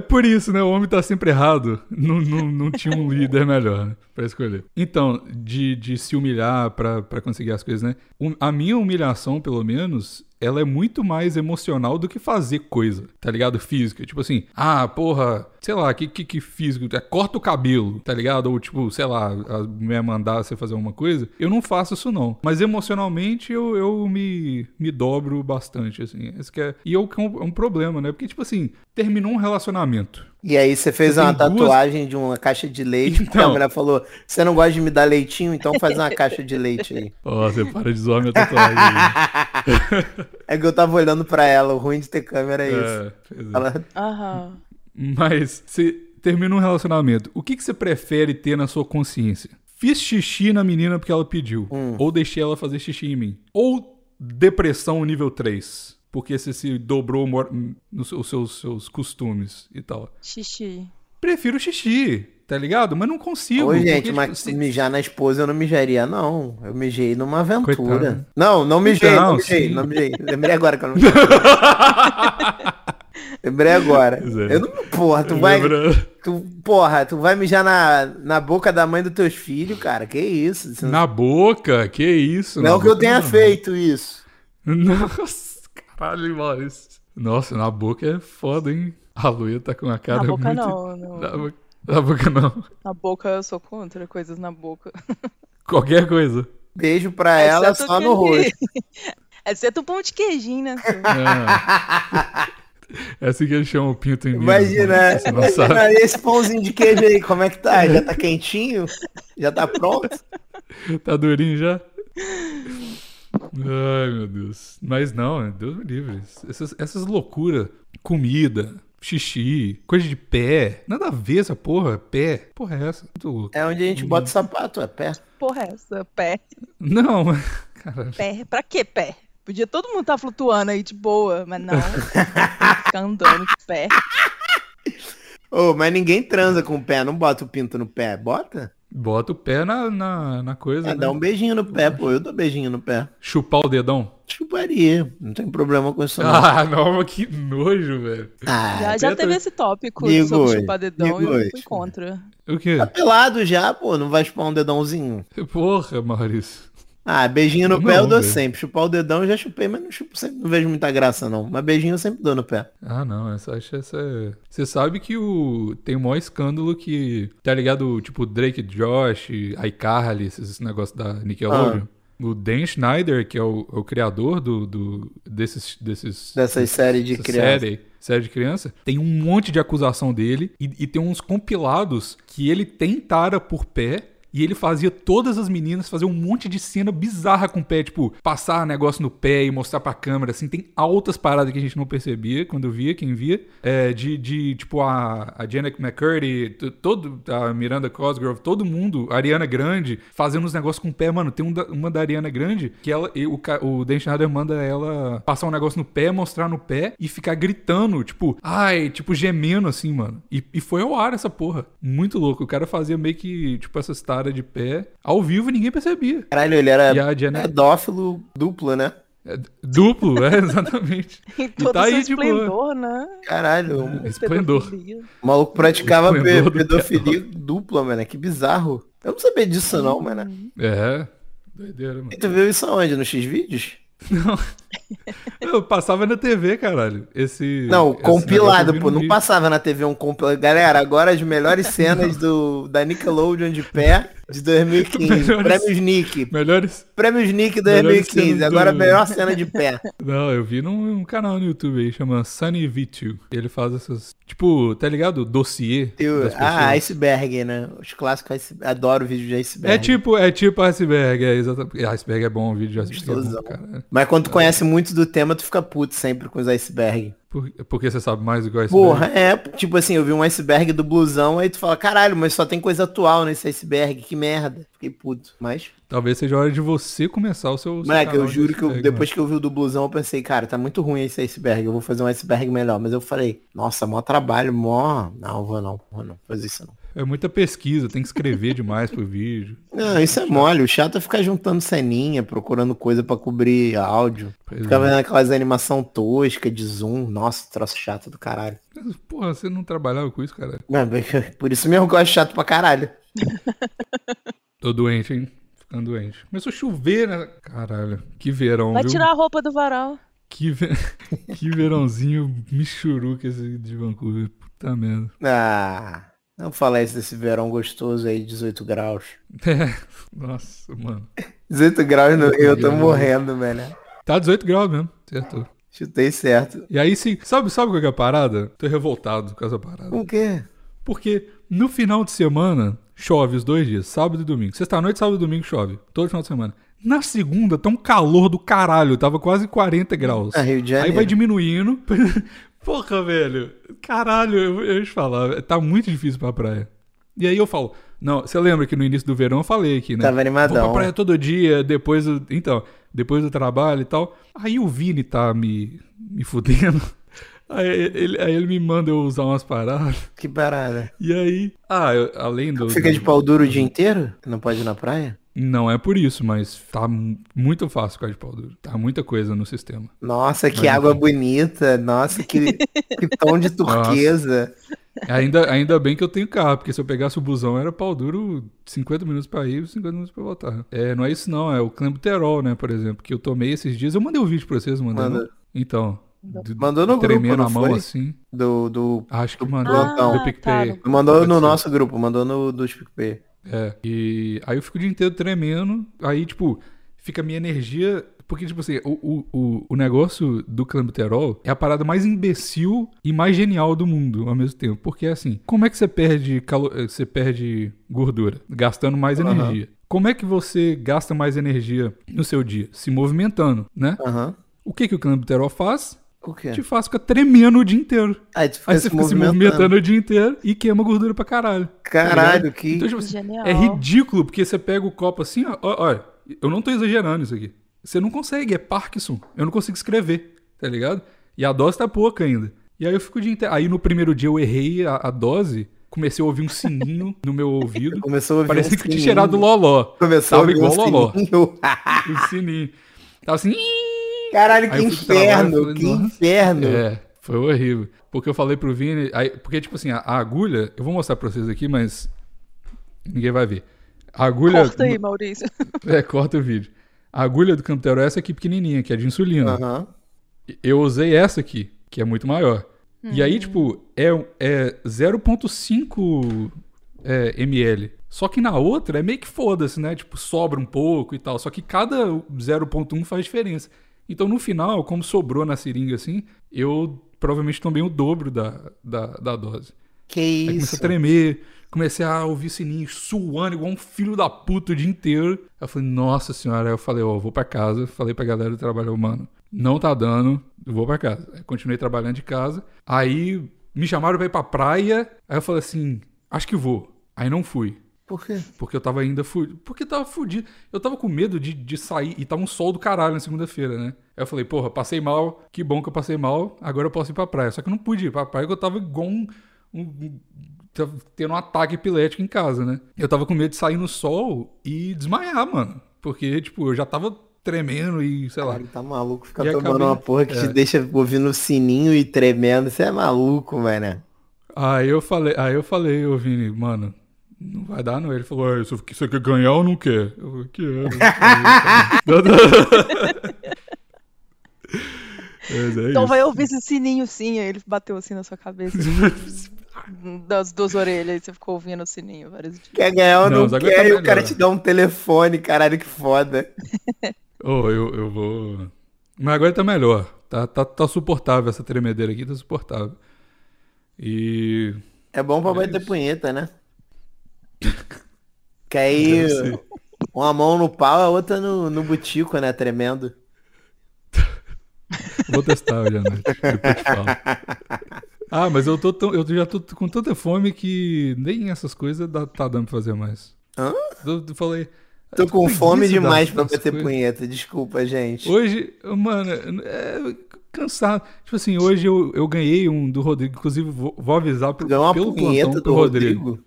Speaker 1: por isso, né? O homem tá sempre errado. Não, não, não tinha um líder melhor né? pra escolher. Então, de, de se humilhar pra, pra conseguir as coisas, né? Um- A minha humilhação, pelo menos, ela é muito mais emocional do que fazer coisa, tá ligado? Física. Tipo assim, ah, porra, sei lá, que, que, que físico? É, corta o cabelo, tá ligado? Ou tipo, sei lá, a mulher mandar você fazer alguma coisa. Eu não faço isso, não. Mas emocionalmente eu, eu me, me dobro bastante, assim. Esse que é... E eu, que é um, é um problema, né? Porque, tipo assim, terminou um relacionamento.
Speaker 2: E aí você fez
Speaker 1: Você
Speaker 2: uma
Speaker 1: tem duas-
Speaker 2: tatuagem de uma caixa de leite, porque a
Speaker 1: Então.
Speaker 2: mulher falou, você não gosta de me dar leitinho, então faz uma caixa de leite aí.
Speaker 1: Ó, você para de zoar minha tatuagem. aí.
Speaker 2: É que eu tava olhando pra ela, o ruim de ter câmera é isso.
Speaker 1: É, pois é.
Speaker 2: Ela-
Speaker 3: Aham.
Speaker 1: Mas você termina um relacionamento. O que, que você prefere ter na sua consciência? Fiz xixi na menina porque ela pediu.
Speaker 2: Hum.
Speaker 1: Ou deixei ela fazer xixi em mim. Ou depressão nível 3. Porque você se dobrou mor- nos seus, seus- seus costumes e tal.
Speaker 3: Xixi.
Speaker 1: Prefiro xixi, tá ligado? Mas não consigo.
Speaker 2: Ô, gente,
Speaker 1: porque,
Speaker 2: mas
Speaker 1: tipo, se-
Speaker 2: mijar na esposa eu não mijaria, não. Eu mijei numa aventura.
Speaker 1: Coitado.
Speaker 2: Não, não mijei,
Speaker 1: Então,
Speaker 2: não mijei,
Speaker 1: sim.
Speaker 2: não mijei. Lembrei agora que eu não mijei. Lembrei agora.
Speaker 1: Pois é.
Speaker 2: Eu não, porra, tu vai,
Speaker 1: Lembra-
Speaker 2: tu, porra, tu vai mijar na, na boca da mãe dos teus filhos, cara, que isso? Isso-
Speaker 1: Na boca, que isso?
Speaker 2: não é
Speaker 1: na
Speaker 2: que eu
Speaker 1: boca
Speaker 2: tenha
Speaker 1: não.
Speaker 2: feito isso.
Speaker 1: Nossa, caralho, Maurício. Nossa, na boca é foda, hein? A Luia tá com uma cara
Speaker 3: na boca
Speaker 1: muito...
Speaker 3: não, não.
Speaker 1: Na boca, na boca não.
Speaker 3: Na boca eu sou contra coisas na boca.
Speaker 1: Qualquer coisa.
Speaker 2: Beijo pra ela
Speaker 3: Exceto
Speaker 2: só no
Speaker 3: aquele-
Speaker 2: rosto.
Speaker 3: Exceto o pão de queijinho, né? seu?
Speaker 1: É assim que eles chamam o pinto em mim.
Speaker 2: Imagina,
Speaker 1: Você não sabe.
Speaker 2: imagina esse pãozinho de queijo aí, como é que tá? Já tá quentinho? Já tá pronto?
Speaker 1: Tá durinho já? Ai, meu Deus. Mas não, né? Deus me livre. Essas, essas loucuras. Comida, xixi, coisa de pé. Nada a ver essa porra. Pé. Porra é essa? Muito louco.
Speaker 2: É onde a gente bota o sapato, é pé.
Speaker 3: Porra, é essa? Pé.
Speaker 1: Não, mas... Caralho.
Speaker 3: Pé. Pra que pé? Podia todo mundo estar flutuando aí de boa, mas não. Ficar andando de pé.
Speaker 2: Ô, mas ninguém transa com o pé, não bota o pinto no pé, bota?
Speaker 1: Bota o pé na, na, na coisa,
Speaker 2: É,
Speaker 1: né?
Speaker 2: dá um beijinho no pé, pô, eu dou beijinho no pé.
Speaker 1: Chupar o dedão.
Speaker 2: Chuparia, não tem problema com isso não.
Speaker 1: Ah, não, mas que nojo, velho.
Speaker 2: Ah,
Speaker 3: Já, já
Speaker 1: pé
Speaker 3: teve
Speaker 1: tá-
Speaker 3: esse tópico
Speaker 2: Digo
Speaker 3: sobre
Speaker 2: hoje,
Speaker 3: chupar dedão e
Speaker 2: digo
Speaker 3: eu fui
Speaker 2: hoje.
Speaker 3: contra.
Speaker 1: O quê?
Speaker 2: tá pelado já, pô, não vai chupar um dedãozinho.
Speaker 1: Porra, Maurício.
Speaker 2: Ah, beijinho no
Speaker 1: Não,
Speaker 2: pé eu dou
Speaker 1: velho.
Speaker 2: sempre. Chupar o dedão eu já chupei, mas não chupo sempre, não vejo muita graça não. Mas beijinho eu sempre dou no pé.
Speaker 1: Ah, não, essa, acho essa. é- Você sabe que o tem o maior escândalo que. Tá ligado? Tipo, Drake Josh, iCarly, esses negócios da Nickelodeon.
Speaker 2: Ah.
Speaker 1: O Dan Schneider, que é o, é o criador do, do- desses, desses.
Speaker 2: Dessas séries de
Speaker 1: essa
Speaker 2: criança.
Speaker 1: Série, série de criança. Tem um monte de acusação dele e, e tem uns compilados que ele tem tara por pé. E ele fazia todas as meninas fazer um monte de cena bizarra com o pé, tipo, passar negócio no pé e mostrar pra câmera, assim, tem altas paradas que a gente não percebia quando via, quem via. É, de, de, tipo, a, a Janet McCurdy, t- todo, a Miranda Cosgrove, todo mundo, a Ariana Grande, fazendo uns negócios com o pé, mano. Tem um da- uma da Ariana Grande que ela, e o, ca- o Dan Schneider manda ela passar um negócio no pé, mostrar no pé e ficar gritando, tipo, ai, tipo, gemendo assim, mano. E, e foi ao ar essa porra. Muito louco. O cara fazia meio que, tipo, essa taras de pé ao vivo e ninguém percebia.
Speaker 2: Caralho, ele
Speaker 1: E
Speaker 2: era
Speaker 1: a Janet.
Speaker 2: pedófilo duplo, né?
Speaker 1: é, duplo, é, exatamente.
Speaker 3: Em
Speaker 1: E
Speaker 3: todo
Speaker 1: tá
Speaker 3: seu
Speaker 1: aí de boa.
Speaker 3: esplendor, né?
Speaker 2: Caralho, o
Speaker 1: Esplendor.
Speaker 3: Pedofilia.
Speaker 2: maluco praticava
Speaker 1: Foi
Speaker 2: pe-
Speaker 1: do-
Speaker 2: pedofilia dupla, mano. Que bizarro. Eu não sabia disso não, mano.
Speaker 1: É. Doideira, mano.
Speaker 2: E tu viu isso aonde? No X-Vídeos?
Speaker 1: Eu passava na TV, caralho. Esse.
Speaker 2: Não,
Speaker 1: esse negócio eu
Speaker 2: compilado,
Speaker 1: vi no
Speaker 2: pô. Não
Speaker 1: vídeo.
Speaker 2: passava na TV um compilado. Galera, agora as melhores cenas do, da Nickelodeon de pé de 2015.
Speaker 1: Melhores-
Speaker 2: Prêmios Nick.
Speaker 1: Melhores.
Speaker 2: Prêmios Nick
Speaker 1: Melhores
Speaker 2: 2015.
Speaker 1: cenas
Speaker 2: Agora a
Speaker 1: do-
Speaker 2: melhor cena de pé.
Speaker 1: Não, eu vi num, num canal no YouTube aí, chama Sunny V2. Ele faz essas. Tipo, tá ligado? Dossiê.
Speaker 2: Eu-
Speaker 1: das pessoas.
Speaker 2: ah, iceberg, né? Os clássicos iceberg. Adoro vídeo de iceberg.
Speaker 1: É tipo, é tipo iceberg, é exatamente. Iceberg é bom, o vídeo de iceberg é bom,
Speaker 2: Gostosão.
Speaker 1: cara.
Speaker 2: Mas quando tu conhece muito do tema, tu fica puto sempre com os iceberg.
Speaker 1: Por- Porque você sabe mais igual
Speaker 2: Porra, é, tipo assim, eu vi um iceberg do blusão, aí tu fala, caralho, mas só tem coisa atual nesse iceberg, que merda. Fiquei puto. Mas,
Speaker 1: Talvez seja a hora de você começar o seu. seu
Speaker 2: moleque,
Speaker 1: canal
Speaker 2: eu
Speaker 1: de
Speaker 2: juro que eu-
Speaker 1: é iceberg,
Speaker 2: depois que eu vi o do blusão, eu pensei, cara, tá muito ruim esse iceberg, eu vou fazer um iceberg melhor. Mas eu falei, nossa, mó trabalho, mó. Não, vou não, vou não, fazer isso não.
Speaker 1: mano. É muita pesquisa, tem que escrever demais pro vídeo.
Speaker 2: Não, isso é mole, o chato é ficar juntando ceninha, procurando coisa pra cobrir áudio.
Speaker 1: Pois
Speaker 2: Ficava
Speaker 1: é.
Speaker 2: vendo aquelas animação tosca de zoom, nossa, troço chato do caralho.
Speaker 1: Mas, Porra, você não trabalhava com isso, cara.
Speaker 2: Não, Por isso mesmo que eu acho chato pra caralho.
Speaker 1: Tô doente, hein? Ficando doente. Começou a chover, né? Caralho, que verão,
Speaker 3: Vai
Speaker 1: viu?
Speaker 3: tirar a roupa do varal.
Speaker 1: Que, ve... que verãozinho michuruca esse de Vancouver. Puta merda.
Speaker 2: Ah, não falar isso desse verão gostoso aí, 18 graus.
Speaker 1: É. Nossa, mano.
Speaker 2: 18 graus no Rio, eu tô
Speaker 1: graus.
Speaker 2: morrendo, velho.
Speaker 1: Tá 18 graus mesmo, certo?
Speaker 2: Chutei certo.
Speaker 1: E aí sim, sabe, sabe qual que é a parada? Tô revoltado com essa parada.
Speaker 2: O quê?
Speaker 1: Porque no final de semana chove os dois dias, sábado e domingo. Sexta-noite, sábado e domingo chove. Todo final de semana. Na segunda tá um calor do caralho, tava quase 40 graus.
Speaker 2: Ah, Rio de
Speaker 1: Aí
Speaker 2: Janeiro.
Speaker 1: vai diminuindo. Porra, velho. Caralho, eu, eu te falar, tá muito difícil pra praia. E aí eu falo, não, você lembra que no início do verão eu falei aqui, né?
Speaker 2: Tava animadão.
Speaker 1: Vou pra praia todo dia, depois do, então, depois do trabalho e tal. Aí o Vini tá me, me fudendo. Aí ele, aí ele me manda eu usar umas paradas.
Speaker 2: Que parada.
Speaker 1: E aí? Ah, eu- além do.
Speaker 2: Fica de pau duro o dia inteiro? Não pode ir na praia?
Speaker 1: Não é por isso, mas tá mu- muito fácil ficar de pau duro. Tá muita coisa no sistema.
Speaker 2: Nossa, que
Speaker 1: Vai,
Speaker 2: água bonita. Nossa, que, que tom de turquesa.
Speaker 1: Ainda, ainda bem que eu tenho carro, porque se eu pegasse o busão era pau duro 50 minutos pra ir e 50 minutos pra voltar. É, não é isso não, é o clambuterol, né, por exemplo, que eu tomei esses dias. Eu mandei o vídeo pra vocês, mandando.
Speaker 2: Manda.
Speaker 1: Então. do-
Speaker 2: Mandou no grupo,
Speaker 1: Tremendo
Speaker 2: não
Speaker 1: a mão
Speaker 2: foi?
Speaker 1: assim.
Speaker 2: Do, do...
Speaker 1: Acho que mandou
Speaker 2: plantão.
Speaker 1: do PicPay.
Speaker 3: tá.
Speaker 2: Mandou
Speaker 1: Pode
Speaker 2: Ah, no
Speaker 1: ser.
Speaker 2: nosso grupo, mandou no dos PicPay.
Speaker 1: É. E aí eu fico o dia inteiro tremendo. Aí, tipo, fica a minha energia. Porque, tipo assim, o, o, o, o negócio do clambuterol é a parada mais imbecil e mais genial do mundo ao mesmo tempo. Porque é assim, como é que você perde calo... eh, você perde gordura? Gastando mais
Speaker 2: Aham.
Speaker 1: energia. Como é que você gasta mais energia no seu dia? Se movimentando, né?
Speaker 2: Aham.
Speaker 1: O que, que o clambuterol faz?
Speaker 2: O quê?
Speaker 1: Te faz ficar tremendo o dia inteiro.
Speaker 2: Aí tu É. fica,
Speaker 1: Tipo, Aí você
Speaker 2: se,
Speaker 1: fica se
Speaker 2: movimentando.
Speaker 1: movimentando o dia inteiro e queima gordura pra caralho.
Speaker 2: né? Caralho, que...
Speaker 1: Então, tipo, assim,
Speaker 3: Genial.
Speaker 1: é ridículo, porque você pega o copo assim, ó, ó, olha, eu não tô exagerando isso aqui. Você não consegue, é Parkinson. Eu não consigo escrever, tá ligado? E a dose tá pouca ainda. E aí eu fico o dia inteiro. Aí no primeiro dia eu errei a, a dose, comecei a ouvir um sininho no meu ouvido.
Speaker 2: Começou a ouvir
Speaker 1: Parecia
Speaker 2: um
Speaker 1: que eu tinha
Speaker 2: sininho.
Speaker 1: cheirado loló.
Speaker 2: Começou a
Speaker 1: Tava
Speaker 2: ouvir
Speaker 1: igual
Speaker 2: um
Speaker 1: loló.
Speaker 2: sininho.
Speaker 1: O sininho. Tava assim.
Speaker 2: Caralho,
Speaker 1: Aí
Speaker 2: que
Speaker 1: eu fui pro trabalho,
Speaker 2: inferno,
Speaker 1: falei,
Speaker 2: que
Speaker 1: "Nossa".
Speaker 2: inferno.
Speaker 1: É, foi horrível. Porque eu falei pro Vini. aí- porque, tipo assim, a, a agulha. Eu vou mostrar pra vocês aqui, mas. Ninguém vai ver. A agulha.
Speaker 3: Corta aí, Maurício.
Speaker 1: É, corta o vídeo. A agulha do Camptero é essa aqui pequenininha, que é de insulina.
Speaker 2: Aham.
Speaker 1: Eu usei essa aqui, que é muito maior. E aí, tipo, é, um- é 0,5 é, ml. Só que na outra é meio que foda-se, né? Tipo, sobra um pouco e tal. Só que cada 0,1 faz diferença. Então, no final, como sobrou na seringa assim, eu provavelmente tomei o dobro da, da, da dose.
Speaker 2: Que
Speaker 1: Aí
Speaker 2: isso.
Speaker 1: comecei a tremer, comecei a ouvir sininho suando igual um filho da puta o dia inteiro. Aí eu falei, nossa senhora, aí eu falei, ó, vou pra casa. Falei pra galera do trabalho, mano, não tá dando, eu vou pra casa. Aí continuei trabalhando de casa. Aí me chamaram pra ir pra praia. Aí eu falei assim, acho que vou. Aí não fui.
Speaker 2: Por quê?
Speaker 1: Porque eu tava ainda fudido. Porque tava fudido. Eu tava com medo de, de sair e tava um sol do caralho na segunda-feira, né? Aí eu falei, porra, passei mal, que bom que eu passei mal, agora eu posso ir pra praia. Só que eu não pude ir pra praia porque eu tava igual um. um- um- tava tendo um ataque epilético em casa, né? Eu tava com medo de sair no sol e desmaiar, mano. Porque, tipo, eu já tava tremendo e sei lá.
Speaker 2: Cara, tá maluco ficar
Speaker 1: E
Speaker 2: tomando
Speaker 1: acabei-
Speaker 2: uma porra que
Speaker 1: é.
Speaker 2: te deixa ouvindo sininho e tremendo. Você é maluco, mano.
Speaker 1: Aí eu falei, aí eu falei, ô Vini, mano, não vai dar não. Ele falou, "É, "Ué, você você quer ganhar ou não quer? Eu falei, é, né?" quero. Mas é
Speaker 3: Então
Speaker 1: isso.
Speaker 3: vai ouvir esse sininho sim, aí ele bateu assim na sua cabeça. das duas orelhas, aí você ficou ouvindo o sininho vários dias.
Speaker 2: Quer ganhar ou
Speaker 1: Não,
Speaker 2: não,
Speaker 1: mas agora tá
Speaker 2: quer? E o cara
Speaker 1: melhor.
Speaker 2: te dá um telefone, caralho, que foda.
Speaker 1: Ô, eu, eu vou... Mas agora tá melhor. Tá, tá, tá suportável essa tremedeira aqui, tá suportável. E...
Speaker 2: É bom pra
Speaker 1: É
Speaker 2: bater
Speaker 1: isso.
Speaker 2: punheta, né? Que
Speaker 1: eu
Speaker 2: aí
Speaker 1: sei.
Speaker 2: uma mão no pau, a outra no, no butico, né? Tremendo.
Speaker 1: Vou testar hoje à noite. Depois te falo. Ah, mas eu, tô tão, eu já tô com tanta fome que nem essas coisas dá, tá dando pra fazer mais.
Speaker 2: Hã?
Speaker 1: Eu, eu falei. "Ah,
Speaker 2: Tô com
Speaker 1: preguiça
Speaker 2: fome
Speaker 1: das-
Speaker 2: demais pra
Speaker 1: das
Speaker 2: bater
Speaker 1: coisas.
Speaker 2: punheta, desculpa, gente.
Speaker 1: Hoje, mano, é cansado. Tipo assim, hoje eu, eu ganhei um do Rodrigo. Inclusive, vou, vou avisar pro,
Speaker 2: Ganhou uma
Speaker 1: pelo
Speaker 2: punheta
Speaker 1: plantão
Speaker 2: do
Speaker 1: pro Rodrigo.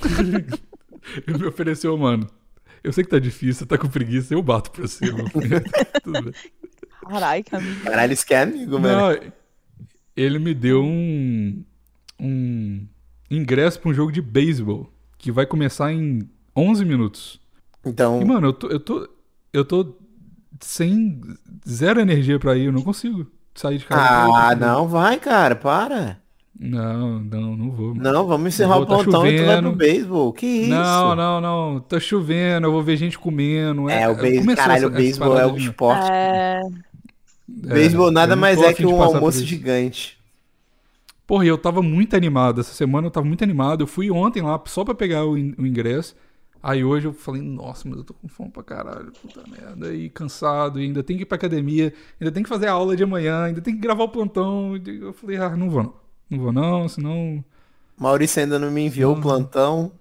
Speaker 2: Rodrigo.
Speaker 1: Ele me ofereceu, mano. Eu sei que tá difícil, você tá com preguiça, eu bato pra você. Meu punheta. Tudo bem.
Speaker 3: Carai, Camila.
Speaker 2: Caralho, isso que é amigo, mano.
Speaker 1: Não, ele me deu um, um ingresso pra um jogo de beisebol que vai começar em 11 minutos. E,
Speaker 2: Então,
Speaker 1: mano, eu tô, eu tô, eu tô sem zero energia pra ir, eu não consigo sair de casa.
Speaker 2: ah, não, vai, cara, para.
Speaker 1: Não, não, não vou. mano.
Speaker 2: Não, vamos encerrar
Speaker 1: Não
Speaker 2: o
Speaker 1: vou, tá
Speaker 2: plantão e tu vai pro
Speaker 1: chovendo.
Speaker 2: beisebol. Que isso?
Speaker 1: Não, não, não. Tá chovendo, eu vou ver gente comendo.
Speaker 2: É, o beisebol,
Speaker 1: começou
Speaker 2: caralho,
Speaker 1: essa-
Speaker 2: o
Speaker 1: essa
Speaker 2: beisebol
Speaker 1: parada
Speaker 2: é o
Speaker 1: de-
Speaker 2: esporte.
Speaker 3: É,
Speaker 2: Beisebol nada
Speaker 1: eu não
Speaker 2: mais
Speaker 1: tô a
Speaker 2: é
Speaker 1: fim
Speaker 2: que
Speaker 1: de
Speaker 2: um
Speaker 1: passar por
Speaker 2: almoço
Speaker 1: isso.
Speaker 2: gigante.
Speaker 1: Porra, e eu tava muito animado. Essa semana eu tava muito animado. Eu fui ontem lá só pra pegar o, in- o ingresso. Aí hoje eu falei, nossa, mas eu tô com fome pra caralho, puta merda, e cansado, e ainda tem que ir pra academia, ainda tem que fazer a aula de amanhã, ainda tem que gravar o plantão. E Eu falei, ah, não vou não. Não vou não, senão.
Speaker 2: Maurício ainda não me enviou o plantão.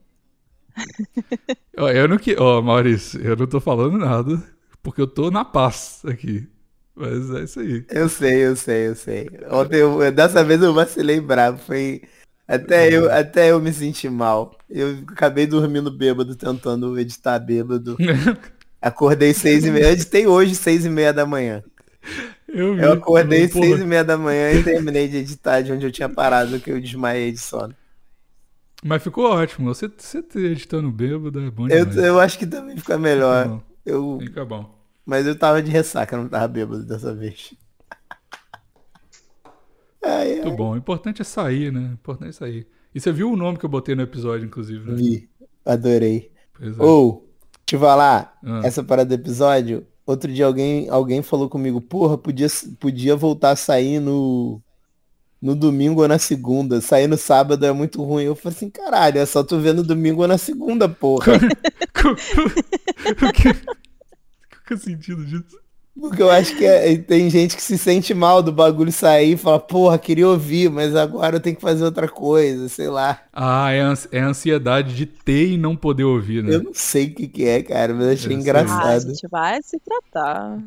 Speaker 1: Ó, eu não que. Ó, Maurício, eu não tô falando nada, porque eu tô na paz aqui. Mas é isso aí.
Speaker 2: Eu sei, eu sei, eu sei. Ontem, eu, dessa vez eu vacilei bravo. Foi. Até eu, até eu me senti mal. Eu acabei dormindo bêbado, tentando editar bêbado. Acordei seis e meia. Eu editei hoje, seis e meia da manhã.
Speaker 1: Eu, vi, um
Speaker 2: Eu acordei
Speaker 1: Uhum. porra.
Speaker 2: seis e meia da manhã e terminei de editar de onde eu tinha parado, que eu desmaiei de sono.
Speaker 1: Mas ficou ótimo. Você, você tá editando bêbado é bom
Speaker 2: Eu,
Speaker 1: demais. Uhum.
Speaker 2: eu acho que também fica melhor.
Speaker 1: Não,
Speaker 2: Eu,
Speaker 1: fica bom.
Speaker 2: mas eu tava de ressaca, não tava bêbado dessa vez. Ai, ai,
Speaker 1: Muito bom. O importante é sair, né? O importante é sair. E você viu o nome que eu botei no episódio, inclusive, né?
Speaker 2: vi. Adorei.
Speaker 1: Pois é.
Speaker 2: Ou, te falar,
Speaker 1: Ah.
Speaker 2: essa parada do episódio, outro dia alguém, alguém falou comigo, porra, podia, podia voltar a sair no, no domingo ou na segunda. Sair no sábado é muito ruim. Eu falei assim, caralho, é só tu ver no domingo ou na segunda, porra.
Speaker 1: o que... Qual que é o sentido disso?
Speaker 2: Porque eu acho que é- tem gente que se sente mal do bagulho sair e fala, porra, queria ouvir, mas agora eu tenho que fazer outra coisa, sei lá.
Speaker 1: Ah, é a, ans- é a ansiedade de ter e não poder ouvir, né?
Speaker 2: Eu não sei o que que é, cara, mas eu achei
Speaker 1: Eu sei.
Speaker 3: ah, a
Speaker 2: engraçado.
Speaker 3: gente vai se tratar.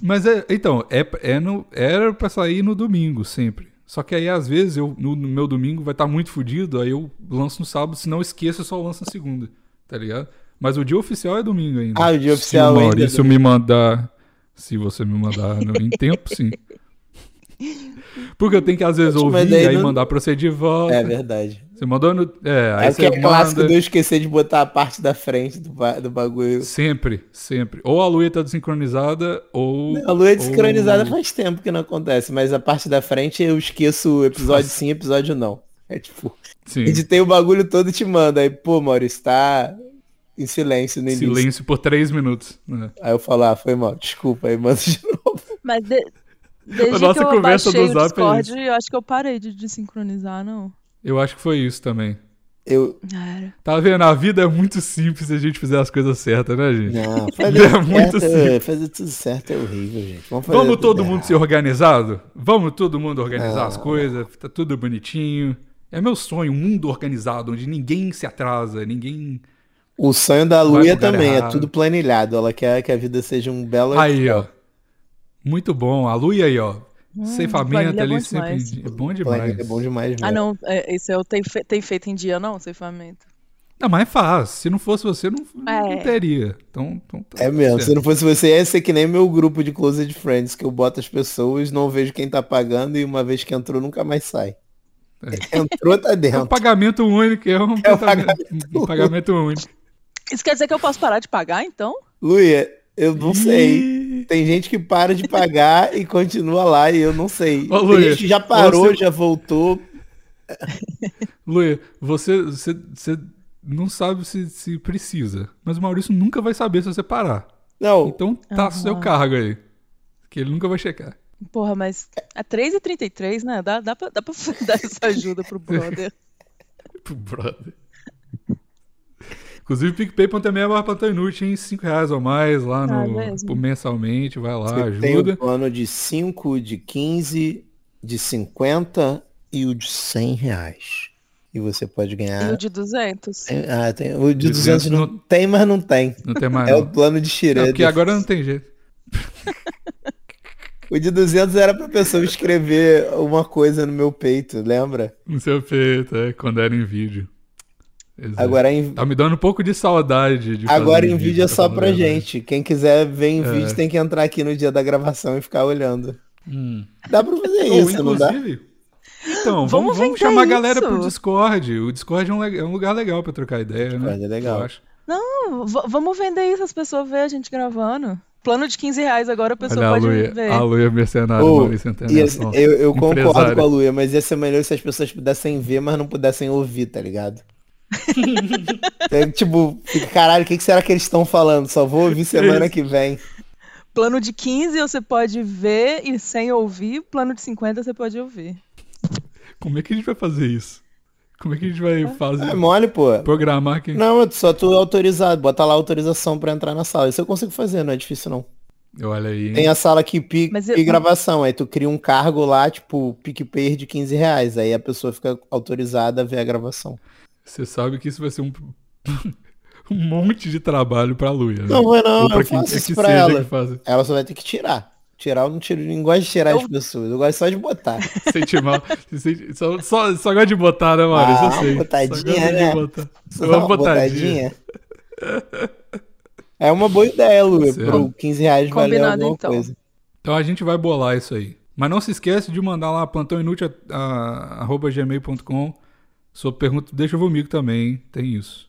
Speaker 1: Mas é, então, é, é no, era pra sair no domingo, sempre. Só que aí, às vezes, eu, no, no meu domingo vai estar muito fodido, aí eu lanço no sábado, se não esqueço, eu só lanço na segunda, tá ligado? Mas o dia oficial é domingo ainda.
Speaker 2: Ah, o dia oficial
Speaker 1: Se o
Speaker 2: ainda é
Speaker 1: Maurício me mandar, se você me mandar no- em tempo, sim. Porque eu tenho que, às vezes,
Speaker 2: Mas
Speaker 1: ouvir
Speaker 2: daí
Speaker 1: e aí
Speaker 2: não-
Speaker 1: mandar pra você de volta.
Speaker 2: É verdade.
Speaker 1: Você mandou no... É, Ah, aí
Speaker 2: É o que
Speaker 1: você
Speaker 2: é clássico
Speaker 1: manda...
Speaker 2: de eu esquecer de botar a parte da frente do, ba- do bagulho.
Speaker 1: Sempre, sempre. Ou a lua tá desincronizada, ou...
Speaker 2: A lua
Speaker 1: ou-
Speaker 2: desincronizada faz tempo que não acontece, mas a parte da frente eu esqueço episódio sim, episódio não. É tipo,
Speaker 1: Sim.
Speaker 2: editei o bagulho todo e te mando. Aí, pô, Maurício, tá em silêncio no início.
Speaker 1: Silêncio por três minutos. Né?
Speaker 2: Aí eu falo, ah, foi mal, desculpa, aí mando de novo.
Speaker 3: Mas de- desde
Speaker 1: nossa
Speaker 3: que eu
Speaker 1: conversa
Speaker 3: baixei
Speaker 1: do
Speaker 3: o
Speaker 1: Zap é
Speaker 3: Discord, eu acho que eu parei de desincronizar, não.
Speaker 1: Eu acho que foi isso também.
Speaker 2: Eu.
Speaker 3: Cara,
Speaker 1: Tá vendo? A vida é muito simples se a gente fizer as coisas certas, né, gente?
Speaker 2: Não, fazer,
Speaker 1: É muito
Speaker 2: tudo
Speaker 1: simples.
Speaker 2: certo, fazer tudo certo é horrível, gente. Vamos, fazer
Speaker 1: Vamos
Speaker 2: tudo É.
Speaker 1: todo
Speaker 2: errado.
Speaker 1: mundo ser organizado? Vamos todo mundo organizar as coisas, tá tudo bonitinho. É meu sonho, um mundo organizado, onde ninguém se atrasa, ninguém.
Speaker 2: O sonho da
Speaker 1: Vai
Speaker 2: Luia
Speaker 1: pro lugar
Speaker 2: também, é
Speaker 1: errado.
Speaker 2: tudo planilhado. Ela quer que a vida seja um belo.
Speaker 1: Aí, ó. Muito bom. A Lu e aí, ó. Ceifamento
Speaker 3: planilha é
Speaker 1: ali
Speaker 3: bom
Speaker 1: sempre.
Speaker 3: demais.
Speaker 1: É bom demais.
Speaker 2: planilha, é bom demais mesmo.
Speaker 3: Ah, não, é, isso eu tenho, fe- tenho feito em dia, não, ceifamento.
Speaker 1: Não, mas faz. Se não fosse você, não, não
Speaker 3: É.
Speaker 1: teria. Então, então tá
Speaker 2: É mesmo, se
Speaker 1: certo.
Speaker 2: não fosse você, ia ser que nem meu grupo de Closed Friends, que eu boto as pessoas, não vejo quem tá pagando e uma vez que entrou, nunca mais sai. Entrou, tá
Speaker 1: É um
Speaker 2: dentro.
Speaker 1: pagamento único. É um,
Speaker 2: É um
Speaker 1: pagamento, um pagamento único.
Speaker 3: Isso quer dizer que eu posso parar de pagar, então?
Speaker 2: Luia, eu não sei.
Speaker 1: Ih,
Speaker 2: Tem gente que para de pagar e continua lá e eu não sei.
Speaker 1: Ô,
Speaker 2: Tem
Speaker 1: Luia,
Speaker 2: gente que já parou,
Speaker 1: você-
Speaker 2: já voltou.
Speaker 1: Luia, você, você, você não sabe se, se precisa, mas o Maurício nunca vai saber se você parar.
Speaker 2: Não,
Speaker 1: Então tá
Speaker 3: Aham.
Speaker 1: seu cargo aí, que ele nunca vai checar.
Speaker 3: Porra, mas é 3h33, né? Dá, dá, pra, dá pra dar essa ajuda pro brother.
Speaker 1: Pro brother. Inclusive, picpay.me barra plantão inútil, hein? 5 reais ou mais lá
Speaker 3: Ah,
Speaker 1: no,
Speaker 3: mesmo?
Speaker 1: por mensalmente, vai lá,
Speaker 2: Você tem o
Speaker 1: Ah, ajuda.
Speaker 2: plano de 5, de 15, de 50 e o de 100 reais. E você pode
Speaker 3: E o
Speaker 2: ganhar.
Speaker 3: de 200.
Speaker 2: Tem- ah, tem- O de
Speaker 1: 200
Speaker 2: 200 não
Speaker 1: não-
Speaker 2: tem, mas não tem.
Speaker 1: Não tem mais.
Speaker 2: É
Speaker 1: não.
Speaker 2: o plano de
Speaker 1: É,
Speaker 2: Shredder.
Speaker 1: porque agora não tem jeito.
Speaker 2: O de 200 era pra pessoa escrever uma coisa no meu peito, lembra?
Speaker 1: Não sei o feito, é, quando era em vídeo. Exato.
Speaker 2: Agora em,
Speaker 1: Tá me dando um pouco de saudade de fazer
Speaker 2: agora em vídeo é
Speaker 1: tá
Speaker 2: só
Speaker 1: falando a
Speaker 2: pra
Speaker 1: verdade.
Speaker 2: gente. Quem quiser ver em
Speaker 1: É.
Speaker 2: vídeo tem que entrar aqui no dia da gravação e ficar olhando.
Speaker 1: Hum.
Speaker 2: Dá pra fazer
Speaker 1: Ou,
Speaker 2: isso, não dá?
Speaker 1: inclusive. Então, vamos,
Speaker 3: Vamos
Speaker 1: vamos
Speaker 3: vender
Speaker 1: chamar a galera pro
Speaker 3: isso.
Speaker 1: Discord. O Discord é um, le- é um lugar legal pra trocar ideia, né?
Speaker 2: Discord é legal.
Speaker 1: Eu acho.
Speaker 3: Não, Hum, v- vamos vender isso, as pessoas vê a gente gravando. Plano de 15 reais agora a pessoa
Speaker 1: Olha a
Speaker 3: pode
Speaker 1: Luia,
Speaker 3: ver.
Speaker 1: a Luia mercenária,
Speaker 2: Ô,
Speaker 1: Maurício
Speaker 2: E
Speaker 1: Internet.
Speaker 2: assim, eu, eu concordo
Speaker 1: empresária.
Speaker 2: com a Luia, mas ia ser melhor se as pessoas pudessem ver, mas não pudessem ouvir, tá ligado? É, tipo, fica, caralho, o que, que será que eles estão falando? Só vou ouvir semana que vem.
Speaker 3: Plano de 15 você pode ver e sem ouvir. Plano de 50 você pode ouvir.
Speaker 1: Como é que a gente vai fazer isso? Como é que a gente vai fazer?
Speaker 2: É mole, pô.
Speaker 1: programar quem.
Speaker 2: Não, eu só tô autorizado. Bota lá a autorização pra entrar na sala. Isso eu consigo fazer, não é difícil não.
Speaker 1: Olha aí. hein?
Speaker 2: Tem a sala que pique
Speaker 3: Mas eu-
Speaker 2: e gravação. Aí tu cria um cargo lá, tipo, PicPay de 15 reais. Aí a pessoa fica autorizada a ver a gravação.
Speaker 1: Você sabe que isso vai ser um, um monte de trabalho pra Luia. né?
Speaker 2: Não, vai não,
Speaker 1: Ou pra
Speaker 2: eu
Speaker 1: quem
Speaker 2: faço
Speaker 1: quer que
Speaker 2: isso pra
Speaker 1: seja
Speaker 2: ela.
Speaker 1: que faça.
Speaker 2: Ela só vai ter que tirar. Tirar eu não tiro, eu não gosto de tirar
Speaker 3: Eu-
Speaker 2: as pessoas, eu gosto só de botar.
Speaker 1: Sente mal. Se sente- Só, só, só gosta de botar, né, Maurício?
Speaker 2: Ah,
Speaker 1: eu sei. só
Speaker 2: botadinha,
Speaker 1: gosta
Speaker 2: né?
Speaker 1: de botar.
Speaker 2: Só
Speaker 1: Eu
Speaker 2: dá
Speaker 1: amo botadinha.
Speaker 2: É uma boa ideia, Lu.
Speaker 1: Certo.
Speaker 2: Pro 15 reais valer
Speaker 3: Combinado,
Speaker 2: alguma
Speaker 3: então.
Speaker 2: coisa.
Speaker 1: Então a gente vai bolar isso aí. Mas não se esquece de mandar lá plantãoinútil.gmail.com sua pergunta. Deixa eu comigo também, hein? tem isso.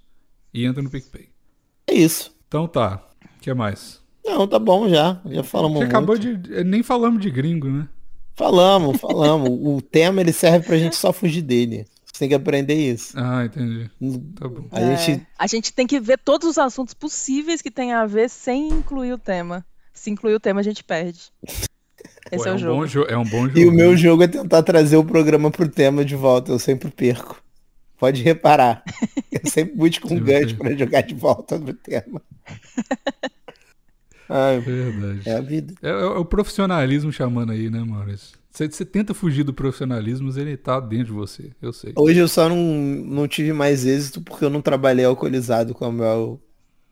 Speaker 1: E entra no PicPay.
Speaker 2: É isso.
Speaker 1: Então tá, o que mais?
Speaker 2: Não, tá bom já. Já falamos
Speaker 1: Você
Speaker 2: muito.
Speaker 1: acabou de... eh, Nem falamos de gringo, né?
Speaker 2: Falamos, falamos. o tema ele serve pra gente só fugir dele. Você tem que aprender isso.
Speaker 1: Ah, entendi. Tá bom.
Speaker 2: A
Speaker 3: É.
Speaker 2: gente
Speaker 3: a gente tem que ver todos os assuntos possíveis que tem a ver sem incluir o tema. Se incluir o tema, a gente perde. Esse
Speaker 1: Pô,
Speaker 3: é,
Speaker 1: um
Speaker 3: o jogo.
Speaker 1: Bom jo- é um bom jogo.
Speaker 2: E o meu jogo é tentar trazer o programa pro tema de volta, eu sempre perco. Pode reparar. Eu sempre busco um
Speaker 1: Sempre
Speaker 2: gancho
Speaker 1: perco.
Speaker 2: pra jogar de volta no tema. Ai,
Speaker 1: Verdade.
Speaker 2: é a vida.
Speaker 1: É, é o profissionalismo chamando aí, né, Maurício? Você, você tenta fugir do profissionalismo, mas ele tá dentro de você, eu sei.
Speaker 2: Hoje eu só não, não tive mais êxito porque eu não trabalhei alcoolizado como é o,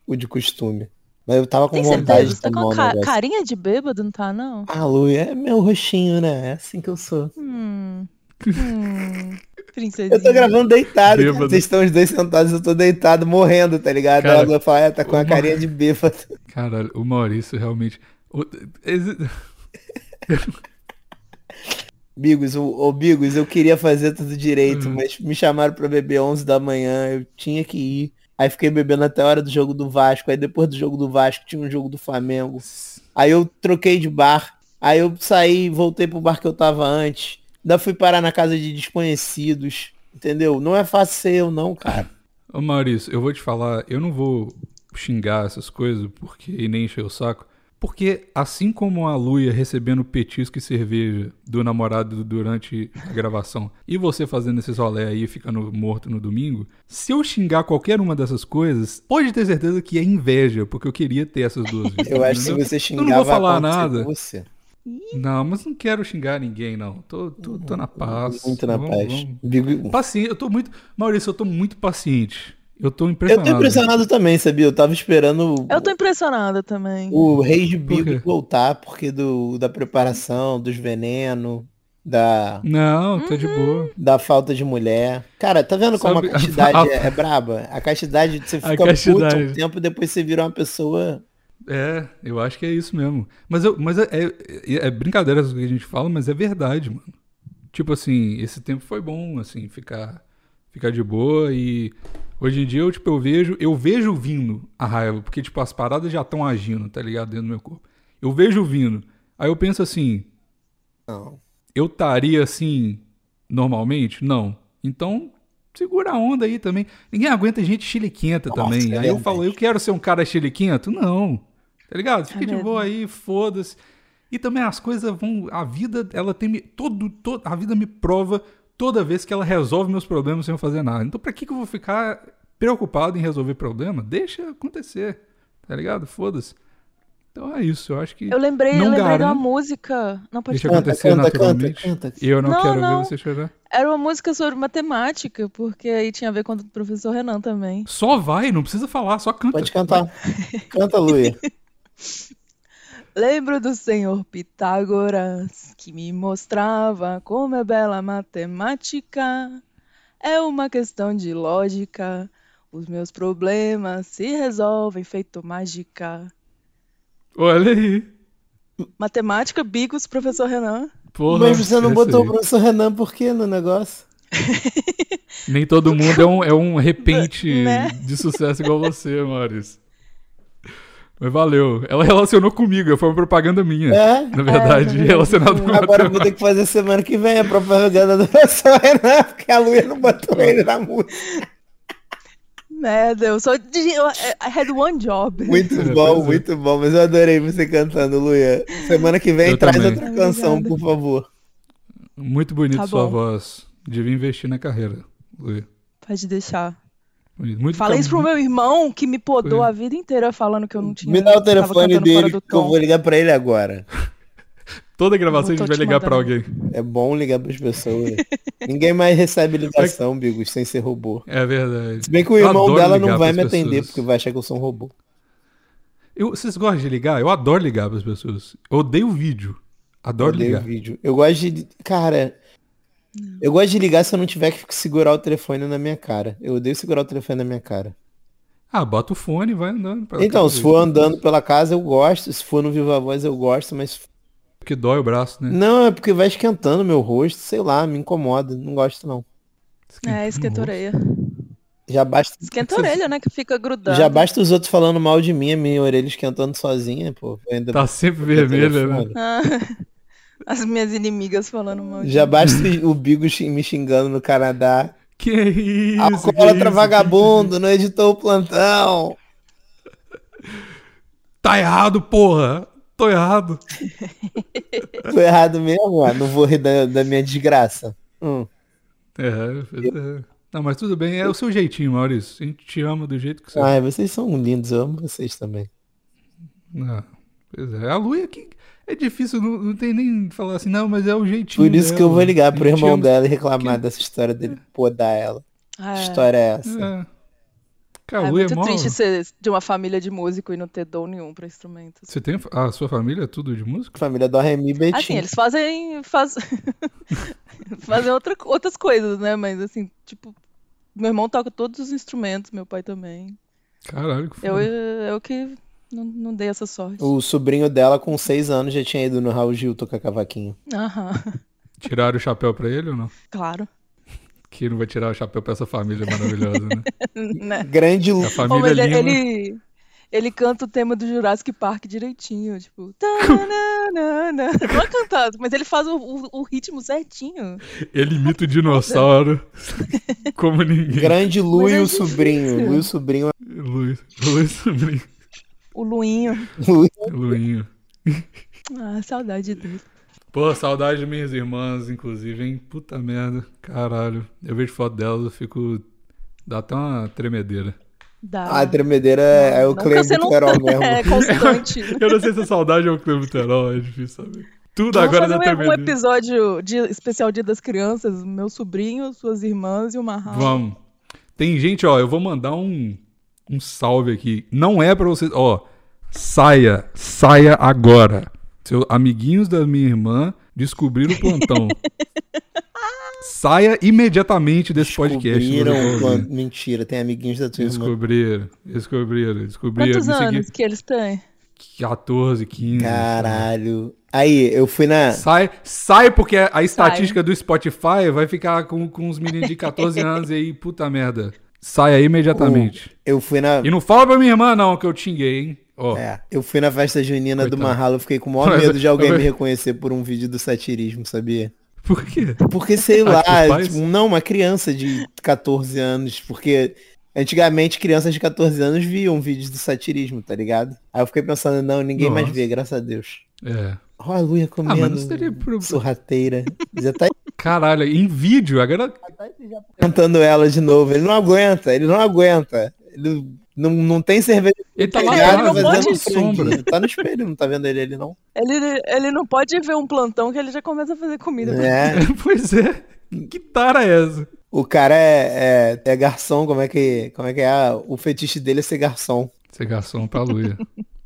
Speaker 2: o de costume. Mas eu tava com
Speaker 3: Tem
Speaker 2: vontade
Speaker 3: certeza?
Speaker 2: de
Speaker 3: Você tá com
Speaker 2: tomar um
Speaker 3: uma ca-
Speaker 2: negócio.
Speaker 3: carinha de bêbado, não tá, não?
Speaker 2: Ah, Lu, é meu roxinho, né? É assim que eu sou.
Speaker 3: Hum. hum princesinha.
Speaker 2: Eu tô gravando deitado, cara.
Speaker 1: Bêbado.
Speaker 2: vocês estão os dois sentados, eu tô deitado, morrendo, tá ligado?
Speaker 1: Cara,
Speaker 2: Ela vai falar, é, tá com uma
Speaker 1: uma-
Speaker 2: carinha de bêbado.
Speaker 1: Caralho, o Maurício realmente. o- esse-
Speaker 2: Bigos, ô, ô Bigos, eu queria fazer tudo direito,
Speaker 1: Hum.
Speaker 2: mas me chamaram pra beber 11 da manhã, eu tinha que ir. Aí fiquei bebendo até a hora do jogo do Vasco, aí depois do jogo do Vasco tinha um jogo do Flamengo. Aí eu troquei de bar, aí eu saí, voltei pro bar que eu tava antes. Ainda fui parar na casa de desconhecidos, entendeu? Não é fácil ser eu não, cara.
Speaker 1: Ô Maurício, eu vou te falar, eu não vou xingar essas coisas porque e nem encher o saco. Porque assim como a Luia recebendo petisco e cerveja do namorado durante a gravação e você fazendo esses rolé aí e ficando morto no domingo, se eu xingar qualquer uma dessas coisas, pode ter certeza que é inveja, porque eu queria ter essas duas vidas.
Speaker 2: Eu acho
Speaker 1: entendeu?
Speaker 2: que se você
Speaker 1: Ah, não
Speaker 2: xingar,
Speaker 1: vou
Speaker 2: vai
Speaker 1: falar
Speaker 2: acontecer
Speaker 1: nada.
Speaker 2: com você.
Speaker 1: Não, mas não quero xingar ninguém, não. Tô, tô, tô na paz.
Speaker 2: Muito na
Speaker 1: Vamos-
Speaker 2: paz.
Speaker 1: vamos-
Speaker 2: Bigo-
Speaker 1: Paciente, eu tô muito. Maurício, eu tô muito paciente. Eu tô
Speaker 2: Eu
Speaker 1: impressionado.
Speaker 2: tô impressionado também, sabia? Eu tava esperando
Speaker 3: Eu tô impressionada também.
Speaker 2: O rei de
Speaker 1: Uhum. Por quê?
Speaker 2: bico voltar, porque do, da preparação, dos venenos, da,
Speaker 1: Não, tô de boa.
Speaker 2: da falta de mulher. Cara, tá vendo como
Speaker 1: Sabe-
Speaker 2: a castidade é, é braba? A castidade, você fica puto
Speaker 1: castidade.
Speaker 2: um tempo, depois você vira uma pessoa.
Speaker 1: É, eu acho que é isso mesmo. Mas, eu, mas é, é, é brincadeira isso que a gente fala, mas é verdade, mano. Tipo assim, esse tempo foi bom, assim, ficar, ficar de boa e hoje em dia eu, tipo, eu vejo, eu vejo vindo a raiva, porque, tipo, as paradas já estão agindo, tá ligado? Dentro do meu corpo. Eu vejo vindo. Aí eu penso assim,
Speaker 2: Não.
Speaker 1: eu estaria assim normalmente? Não. Então, segura a onda aí também. Ninguém aguenta gente chiliquenta
Speaker 2: Nossa,
Speaker 1: também. aí
Speaker 2: é
Speaker 1: eu
Speaker 2: verdade.
Speaker 1: falo, eu quero ser um cara chiliquento? Não. Tá ligado? Fica
Speaker 3: É
Speaker 1: de
Speaker 3: mesmo.
Speaker 1: boa aí, foda-se. E também as coisas vão. A vida, ela tem. me- Todo, todo, a vida me prova toda vez que ela resolve meus problemas sem eu fazer nada. Então, pra que, que eu vou ficar preocupado em resolver problema, deixa acontecer, tá ligado? Foda-se. Então é isso, eu acho que.
Speaker 3: Eu lembrei, eu
Speaker 1: não
Speaker 3: lembrei de uma
Speaker 1: garanto-
Speaker 3: música. Não pode
Speaker 1: Deixa
Speaker 3: falar.
Speaker 2: Canta,
Speaker 1: acontecer
Speaker 2: canta, canta,
Speaker 1: naturalmente.
Speaker 2: canta.
Speaker 1: Eu não,
Speaker 3: Não,
Speaker 1: quero
Speaker 3: não.
Speaker 1: ver você chorar.
Speaker 3: Era uma música sobre matemática, porque aí tinha a ver com o professor Renan também.
Speaker 1: Só vai, não precisa falar, só canta.
Speaker 2: Pode cantar. Canta, Luia.
Speaker 3: Lembro do senhor Pitágoras que me mostrava como é bela a matemática. É uma questão de lógica. Os meus problemas se resolvem feito mágica.
Speaker 1: Olha aí.
Speaker 3: Matemática, bigos, professor Renan.
Speaker 1: Porra,
Speaker 2: Mas você não
Speaker 1: essa
Speaker 2: botou o
Speaker 1: aí.
Speaker 2: professor Renan por quê no negócio?
Speaker 1: Nem todo mundo é um, é um repente
Speaker 3: Né?
Speaker 1: de sucesso igual você, Maurício. Mas valeu. Ela relacionou comigo, foi uma propaganda minha.
Speaker 2: É?
Speaker 1: Na verdade,
Speaker 3: É,
Speaker 1: relacionada com
Speaker 2: Agora eu
Speaker 1: matemática.
Speaker 2: vou ter que fazer semana que vem a propaganda do professor Renan, porque a Luia não botou ele na música.
Speaker 3: Merda, eu só. digi- eu- é, I had one job.
Speaker 2: Muito
Speaker 1: É,
Speaker 2: bom,
Speaker 1: pois é.
Speaker 2: muito bom. Mas eu adorei você cantando, Luia. Semana que vem
Speaker 1: Eu
Speaker 2: traz
Speaker 1: também.
Speaker 2: outra canção,
Speaker 3: Obrigada.
Speaker 2: por favor.
Speaker 1: Muito bonito
Speaker 3: Tá
Speaker 1: sua
Speaker 3: bom.
Speaker 1: voz. Devia investir na carreira. Luia.
Speaker 3: Pode deixar.
Speaker 1: Bonito. Muito
Speaker 3: Falei isso pro meu irmão que me podou a vida inteira falando que eu não tinha.
Speaker 2: Me dá o
Speaker 3: que tava
Speaker 2: telefone
Speaker 3: cantando
Speaker 2: dele,
Speaker 3: fora
Speaker 2: que
Speaker 3: do
Speaker 2: eu
Speaker 3: tom.
Speaker 2: vou ligar pra ele agora.
Speaker 1: Toda gravação a
Speaker 3: Eu
Speaker 1: gente
Speaker 3: tô
Speaker 1: vai
Speaker 3: te
Speaker 1: ligar pra
Speaker 3: mandando.
Speaker 1: alguém.
Speaker 2: É bom ligar pras pessoas. Ninguém mais recebe ligação, Bigos, sem ser robô.
Speaker 1: É verdade.
Speaker 2: Se bem que o
Speaker 1: Eu
Speaker 2: irmão
Speaker 1: adoro
Speaker 2: dela
Speaker 1: ligar
Speaker 2: não vai me
Speaker 1: pras
Speaker 2: atender,
Speaker 1: pessoas.
Speaker 2: porque vai achar que eu sou um robô.
Speaker 1: Eu- vocês gostam de ligar? Eu adoro ligar pras pessoas. Eu odeio vídeo. Adoro
Speaker 2: Odeio
Speaker 1: ligar.
Speaker 2: vídeo. Eu gosto de. Cara. Eu gosto de ligar se eu não tiver que segurar o telefone na minha cara. Eu odeio segurar o telefone na minha cara.
Speaker 1: Ah, bota o fone e vai andando. pela
Speaker 2: Então,
Speaker 1: casa.
Speaker 2: se for andando pela casa, eu gosto. Se for no Viva Voz, eu gosto, mas.
Speaker 1: Porque dói o braço, né?
Speaker 2: Não, é porque vai esquentando meu rosto, sei lá, me incomoda. Não gosto, não.
Speaker 1: Esquenta
Speaker 3: É,
Speaker 1: o
Speaker 3: esquenta a orelha.
Speaker 2: Já basta.
Speaker 3: Esquenta a orelha, né? Que fica grudando.
Speaker 2: Já basta os outros falando mal de mim, a minha orelha esquentando sozinha, pô. Eu Ainda
Speaker 1: Tá sempre
Speaker 2: pelo
Speaker 1: vermelha, né?
Speaker 2: telefone.
Speaker 3: Ah, As minhas inimigas falando mal. de
Speaker 2: Já
Speaker 3: mim.
Speaker 2: basta o Bigo xing- me xingando no Canadá.
Speaker 1: Que é isso? que é
Speaker 2: Alcoólatra
Speaker 1: isso?
Speaker 2: vagabundo, não editou o plantão.
Speaker 1: Tá errado, porra. Tô errado.
Speaker 2: Tô errado mesmo, ó. Não vou rir da, da minha desgraça. Hum.
Speaker 1: É, é. Não, mas tudo bem. É o seu jeitinho, Maurício. A gente te ama do jeito que você
Speaker 2: Ai, vocês são lindos, eu amo vocês também.
Speaker 1: Não. Pois é. A Luia que é difícil, não, não tem nem falar assim, não, mas é o jeitinho.
Speaker 2: Por isso que eu vou ligar pro irmão
Speaker 1: dela.
Speaker 2: dela e reclamar dessa história dele podar ela.
Speaker 3: Ah,
Speaker 2: Que
Speaker 3: é.
Speaker 2: história é essa?
Speaker 1: É.
Speaker 3: É
Speaker 1: Cara, a Luia é
Speaker 3: muito
Speaker 1: mó-
Speaker 3: triste ser de uma família de músico e não ter dom nenhum pra instrumentos.
Speaker 1: Você tem a sua família é tudo de música?
Speaker 2: Família do Remy Betinho.
Speaker 3: Assim, eles fazem. Faz... fazem outra- outras coisas, né? Mas assim, tipo, meu irmão toca todos os instrumentos, meu pai também.
Speaker 1: Caralho, que
Speaker 3: Eu,
Speaker 1: foda.
Speaker 3: eu que não, não dei essa sorte.
Speaker 2: O sobrinho dela com seis anos já tinha ido no Raul Gil tocar cavaquinho.
Speaker 3: Aham,
Speaker 1: Tiraram o chapéu pra ele ou não?
Speaker 3: claro.
Speaker 1: Que não vai tirar o chapéu pra essa família maravilhosa, né?
Speaker 3: né?
Speaker 2: Grande
Speaker 1: A
Speaker 2: Lu-
Speaker 3: Ou,
Speaker 1: família
Speaker 3: mas ele,
Speaker 1: Lima.
Speaker 3: ele, ele canta o tema do Jurassic Park direitinho, tipo. tananana. Não é cantado, mas ele faz o, o- o ritmo certinho.
Speaker 1: Ele imita o dinossauro como ninguém.
Speaker 2: Grande Lu
Speaker 3: Mas
Speaker 2: e
Speaker 3: é
Speaker 2: o sobrinho.
Speaker 3: difícil.
Speaker 2: Lu e o sobrinho.
Speaker 1: Luiz, Luiz Sobrinho.
Speaker 3: O Luinho.
Speaker 2: Lu-
Speaker 1: Luinho.
Speaker 3: Ah, saudade dele.
Speaker 1: Pô, saudade de minhas irmãs, inclusive, hein? Puta merda. Caralho. Eu vejo foto delas, eu fico. Dá até uma tremedeira.
Speaker 3: Da...
Speaker 2: Ah, a tremedeira é, é o
Speaker 3: Não
Speaker 2: Cleio
Speaker 3: que você não-
Speaker 2: Buterol mesmo.
Speaker 3: É constante.
Speaker 1: Eu não sei se é saudade ou clube terol, é difícil saber. Tudo
Speaker 3: Vamos
Speaker 1: agora
Speaker 3: fazer
Speaker 1: dá
Speaker 3: um, um
Speaker 1: tremedeira.
Speaker 3: episódio de especial Dia das Crianças, meu sobrinho, suas irmãs e o Marral.
Speaker 1: Vamos. Tem gente, ó, eu vou mandar um, um salve aqui. Não é pra vocês, ó. Saia, saia agora. Seus amiguinhos da minha irmã descobriram o plantão. saia imediatamente desse podcast. se
Speaker 2: Descobriram
Speaker 1: você for
Speaker 2: uma-
Speaker 1: ouvir.
Speaker 2: Mentira, tem amiguinhos da tua irmã.
Speaker 1: Descobriram, descobriram, descobriram.
Speaker 3: Quantos
Speaker 1: Me segui-
Speaker 3: anos que eles têm?
Speaker 1: 14, 15.
Speaker 2: Caralho. Aí, eu fui na.
Speaker 1: Sai, sai porque a estatística do Spotify vai ficar com, com os meninos de 14 anos e aí, puta merda. Sai aí imediatamente.
Speaker 2: Eu fui na.
Speaker 1: E não fala pra minha irmã, não, que eu xinguei, hein? Ó,
Speaker 2: É, eu fui na festa junina do
Speaker 1: Coitado.
Speaker 2: Marralo, eu fiquei com o maior
Speaker 1: Mas-
Speaker 2: medo de alguém
Speaker 1: mas-
Speaker 2: me reconhecer por um vídeo do satirismo, sabia?
Speaker 1: por quê?
Speaker 2: Porque, sei
Speaker 1: Ah,
Speaker 2: lá,
Speaker 1: que os pais-
Speaker 2: tipo, não, uma criança de 14 anos, porque antigamente crianças de 14 anos viam vídeos do satirismo, tá ligado? Aí eu fiquei pensando, não, ninguém mais
Speaker 1: Nossa.
Speaker 2: vê, graças a Deus.
Speaker 1: É.
Speaker 2: Ó, a Luia
Speaker 1: Ah, mas
Speaker 2: comendo
Speaker 1: não seria problema.
Speaker 2: sorrateira. Já tá
Speaker 1: Caralho, em vídeo, agora.
Speaker 2: Cantando ela de novo. Ele não aguenta, ele não aguenta. Ele não, não tem cerveja.
Speaker 1: Ele tá lá
Speaker 3: Ele
Speaker 1: atrás,
Speaker 3: era um
Speaker 1: fazendo
Speaker 3: monte
Speaker 2: fazendo
Speaker 3: de
Speaker 1: sombra.
Speaker 2: franguinho. Tá no espelho, não tá vendo ele ali, não.
Speaker 3: Ele, ele não pode ver um plantão que ele tá já começa a fazer comida.
Speaker 2: É.
Speaker 1: pois é. Que tara é essa?
Speaker 2: O cara é, é, é garçom, como é que, como é, que é? Ah, O fetiche dele é ser garçom.
Speaker 1: Ser garçom pra Luia.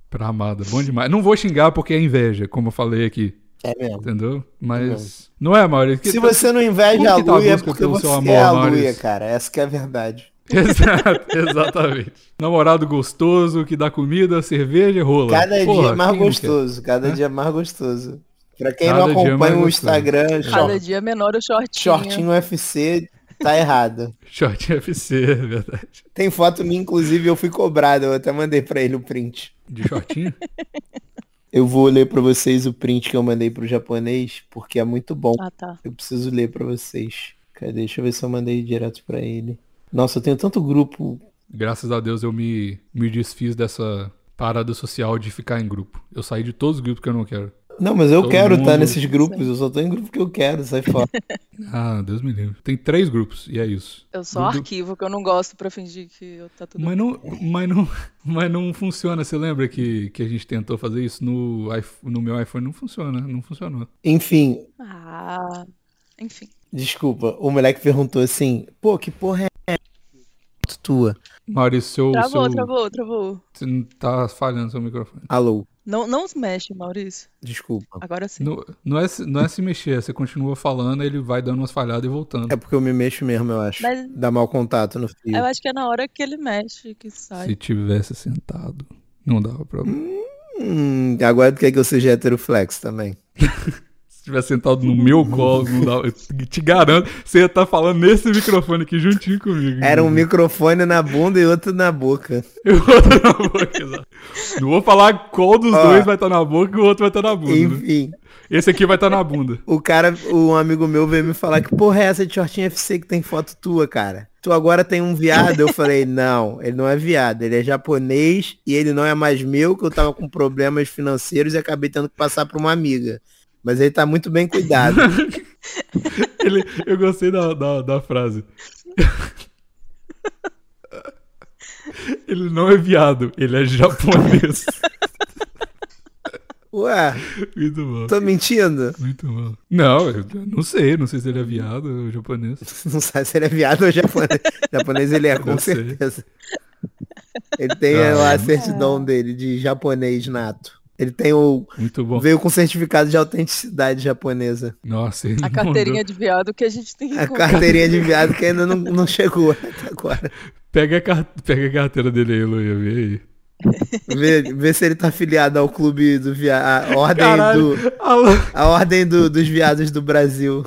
Speaker 1: pra amada. Bom demais. Não vou xingar porque é inveja, como eu falei aqui.
Speaker 2: É mesmo.
Speaker 1: Entendeu? Mas. Não é, Maurício?
Speaker 2: Se você não inveja a
Speaker 1: Como que tá a
Speaker 2: Luia, é
Speaker 1: busca
Speaker 2: porque
Speaker 1: pelo
Speaker 2: você
Speaker 1: seu
Speaker 2: é
Speaker 1: amor,
Speaker 2: a
Speaker 1: Maurício?
Speaker 2: Luia, cara. Essa que é a verdade.
Speaker 1: Exato, exatamente. Namorado gostoso que dá comida, cerveja e rola.
Speaker 2: Cada
Speaker 1: Porra,
Speaker 2: dia é mais
Speaker 1: quem não
Speaker 2: gostoso, cada dia é mais gostoso. Pra quem
Speaker 1: Cada
Speaker 2: não
Speaker 1: dia é mais
Speaker 2: acompanha o
Speaker 1: gostoso.
Speaker 2: Instagram,
Speaker 3: Cada
Speaker 2: short,
Speaker 3: dia menor o shortinho.
Speaker 2: shortinho UFC, tá errado.
Speaker 1: quer? Short FC, é verdade.
Speaker 2: Tem foto minha, inclusive, eu fui cobrado, eu até mandei pra ele o print.
Speaker 1: De shortinho?
Speaker 2: Eu vou ler pra vocês o print que eu mandei pro japonês, porque é muito bom.
Speaker 3: Ah, tá.
Speaker 2: Eu preciso ler pra vocês. Cadê? Deixa eu ver se eu mandei direto pra ele. Nossa, eu tenho tanto grupo.
Speaker 1: Graças a Deus eu me, me desfiz dessa parada social de ficar em grupo. Eu saí de todos os grupos que eu não quero.
Speaker 2: Não, mas eu
Speaker 1: Todo
Speaker 2: quero estar
Speaker 1: mundo.
Speaker 2: nesses grupos. Eu só tô em grupo que eu quero, sai fora.
Speaker 1: Ah, Deus me livre. Tem três grupos e é isso.
Speaker 3: Eu só
Speaker 1: Do- do-
Speaker 3: arquivo que eu não gosto pra fingir que eu- tá tudo
Speaker 1: Mas não, mas não, mas não funciona. Você lembra que, que a gente tentou fazer isso no, iPhone- no meu iPhone? Não funciona, não funcionou.
Speaker 2: Enfim,
Speaker 3: Ah, enfim.
Speaker 2: desculpa. O moleque perguntou assim, pô, que porra é essa tua?
Speaker 1: Maurício, seu,
Speaker 3: Travou,
Speaker 1: seu
Speaker 3: travou, travou.
Speaker 1: você não tá falhando seu microfone.
Speaker 2: Alô,
Speaker 3: Não, não se mexe, Maurício.
Speaker 2: desculpa.
Speaker 3: Agora sim.
Speaker 1: Não, não, é, se- não é se mexer, você continua falando, ele vai dando umas falhadas e voltando.
Speaker 2: É porque eu me mexo mesmo, eu acho.
Speaker 3: Mas-
Speaker 2: Dá mau contato no fio.
Speaker 3: Eu acho que é na hora que ele mexe que sai.
Speaker 1: Se tivesse sentado, não dava problema.
Speaker 2: Hum, agora tu quer que eu seja heteroflex também.
Speaker 1: Se tivesse sentado no meu colo, não dava. Eu te garanto, você ia estar falando nesse microfone aqui juntinho comigo.
Speaker 2: Era um microfone na bunda e outro na boca.
Speaker 1: E o outro na boca, exato. Não vou falar qual dos
Speaker 2: Ó.
Speaker 1: dois vai estar na boca e o outro vai estar na bunda. né?
Speaker 2: Enfim,
Speaker 1: Esse aqui vai estar na bunda.
Speaker 2: o cara, um amigo meu veio me falar que porra é essa de shortinho FC que tem foto tua, cara. Tu agora tem um viado. Eu falei, não, ele não é viado, ele é japonês e ele não é mais meu, que eu tava com problemas financeiros e acabei tendo que passar pra uma amiga. Mas ele tá muito bem cuidado.
Speaker 1: Ele- eu gostei da, da, da frase. Ele não é viado, ele é japonês.
Speaker 2: Ué,
Speaker 1: Muito bom.
Speaker 2: tô mentindo?
Speaker 1: Muito bom. Não, eu eu não sei. Não sei se ele é viado ou japonês.
Speaker 2: Não sabe se ele é viado ou japonês. japonês ele é, com
Speaker 1: Eu sei.
Speaker 2: certeza. Ele tem
Speaker 1: Ah,
Speaker 2: lá
Speaker 1: é.
Speaker 2: a certidão dele de japonês nato. Ele tem o.
Speaker 1: Muito bom.
Speaker 2: Veio com certificado de autenticidade japonesa.
Speaker 1: Nossa, ele
Speaker 3: A carteirinha de viado que a gente tem que
Speaker 1: É
Speaker 2: A
Speaker 3: comprar.
Speaker 2: carteirinha de viado que ainda não, não chegou até agora.
Speaker 1: mandou. Pega a, car- Pega a carteira dele aí, Luia. Vê aí.
Speaker 2: Vê, vê se ele tá afiliado ao clube do viado. A ordem,
Speaker 1: Caralho,
Speaker 2: do,
Speaker 1: a, lo-
Speaker 2: a ordem do- dos viados do Brasil.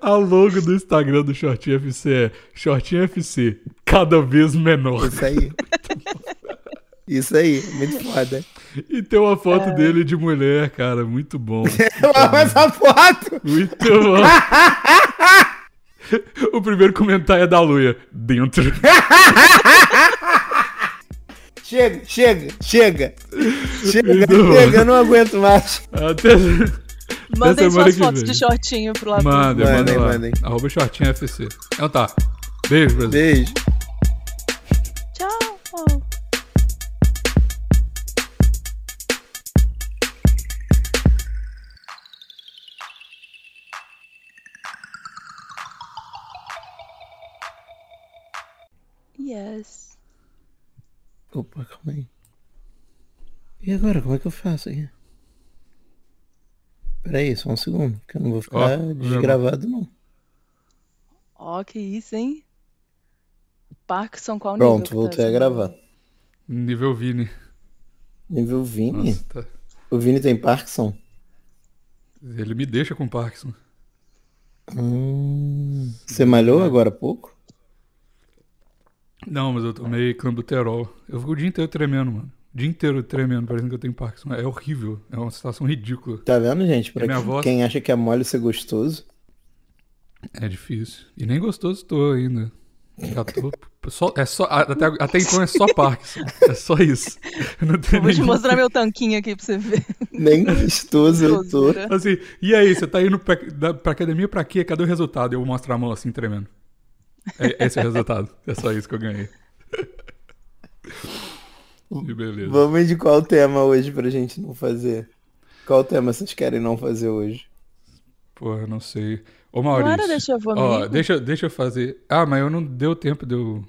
Speaker 1: a logo do Instagram do Shortinho FC é Shortinho FC, cada vez menor.
Speaker 2: Isso aí. Isso aí, muito foda.
Speaker 1: E tem uma foto dele de mulher, cara. Muito bom.
Speaker 2: Mas a foto!
Speaker 1: Muito bom. O primeiro comentário é da Luia. Dentro.
Speaker 2: Chega, chega, chega! Chega,
Speaker 1: Muito
Speaker 2: chega, eu não aguento mais.
Speaker 1: Até. até semana
Speaker 3: Mandem suas
Speaker 1: que
Speaker 3: fotos
Speaker 1: vem.
Speaker 3: de shortinho pro lado.
Speaker 1: Manda, manda
Speaker 2: Mandem,
Speaker 1: lá.
Speaker 2: mandem.
Speaker 1: Arroba shortinho FC. Então tá. Beijo, Brasil.
Speaker 2: Beijo.
Speaker 3: Tchau. Yes.
Speaker 2: Opa, calma aí. E agora, como é que eu faço aqui? Peraí, só um segundo, que eu não vou
Speaker 1: Ó,
Speaker 2: ficar
Speaker 1: programa.
Speaker 2: desgravado, não.
Speaker 3: Ó, que isso, hein? Parkinson, qual nível
Speaker 2: Pronto,
Speaker 3: que tá
Speaker 2: voltei a
Speaker 3: essa
Speaker 2: gravar.
Speaker 1: Nível Vini.
Speaker 2: Nível Vini?
Speaker 1: Nossa, tá.
Speaker 2: O Vini tem Parkinson?
Speaker 1: Ele me deixa com Parkinson.
Speaker 2: Hum, Você
Speaker 1: É.
Speaker 2: malhou agora há pouco?
Speaker 1: Não, mas eu tomei clambuterol. Eu fico o dia inteiro tremendo, mano. O dia inteiro tremendo, parecendo que eu tenho Parkinson. É horrível. É uma situação ridícula.
Speaker 2: Tá vendo, gente? Pra
Speaker 1: É minha
Speaker 2: que-
Speaker 1: voz.
Speaker 2: quem acha que é mole ser gostoso.
Speaker 1: É difícil. E nem gostoso tô ainda. Já tô Só, é só, até, até então é só Parkinson. É só isso. Não tem
Speaker 3: Vou te
Speaker 1: nenhum-
Speaker 3: mostrar meu tanquinho aqui pra você ver.
Speaker 2: Nem gostoso eu tô.
Speaker 3: Gostosura.
Speaker 1: Assim, e aí, você tá indo pra, da- pra academia pra quê? Cadê o resultado? Eu mostro a mão assim, tremendo. É, esse é o resultado. É só isso que eu ganhei. E beleza.
Speaker 2: Vamos de qual tema hoje pra gente não fazer? Qual tema vocês querem não fazer hoje?
Speaker 1: Porra, não sei. Ô,
Speaker 3: Não
Speaker 1: Maurício.
Speaker 3: era deixa eu vou
Speaker 1: Ó,
Speaker 3: amigo.
Speaker 1: deixa, deixa eu fazer. Ah, mas eu não deu tempo de eu.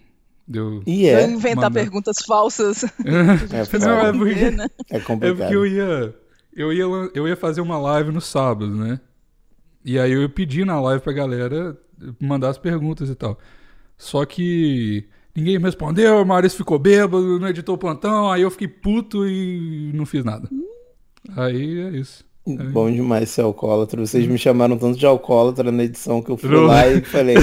Speaker 1: De eu...
Speaker 2: E
Speaker 3: Eu
Speaker 2: é,
Speaker 3: inventar
Speaker 1: Manda.
Speaker 3: perguntas falsas.
Speaker 2: é,
Speaker 1: Não, é
Speaker 2: foda,
Speaker 1: porque,
Speaker 3: né?
Speaker 2: é
Speaker 1: é porque
Speaker 2: complicado.
Speaker 1: eu ia. Eu ia, lan- eu ia fazer uma live no sábado, né? E aí eu pedi na live pra galera mandar as perguntas e tal. Só que ninguém me respondeu, o Maurício ficou bêbado, não editou o plantão, aí eu fiquei puto e não fiz nada. Aí é isso.
Speaker 2: Bom demais ser alcoólatra. Vocês me chamaram tanto de alcoólatra na edição que eu fui
Speaker 1: Não.
Speaker 2: lá e falei.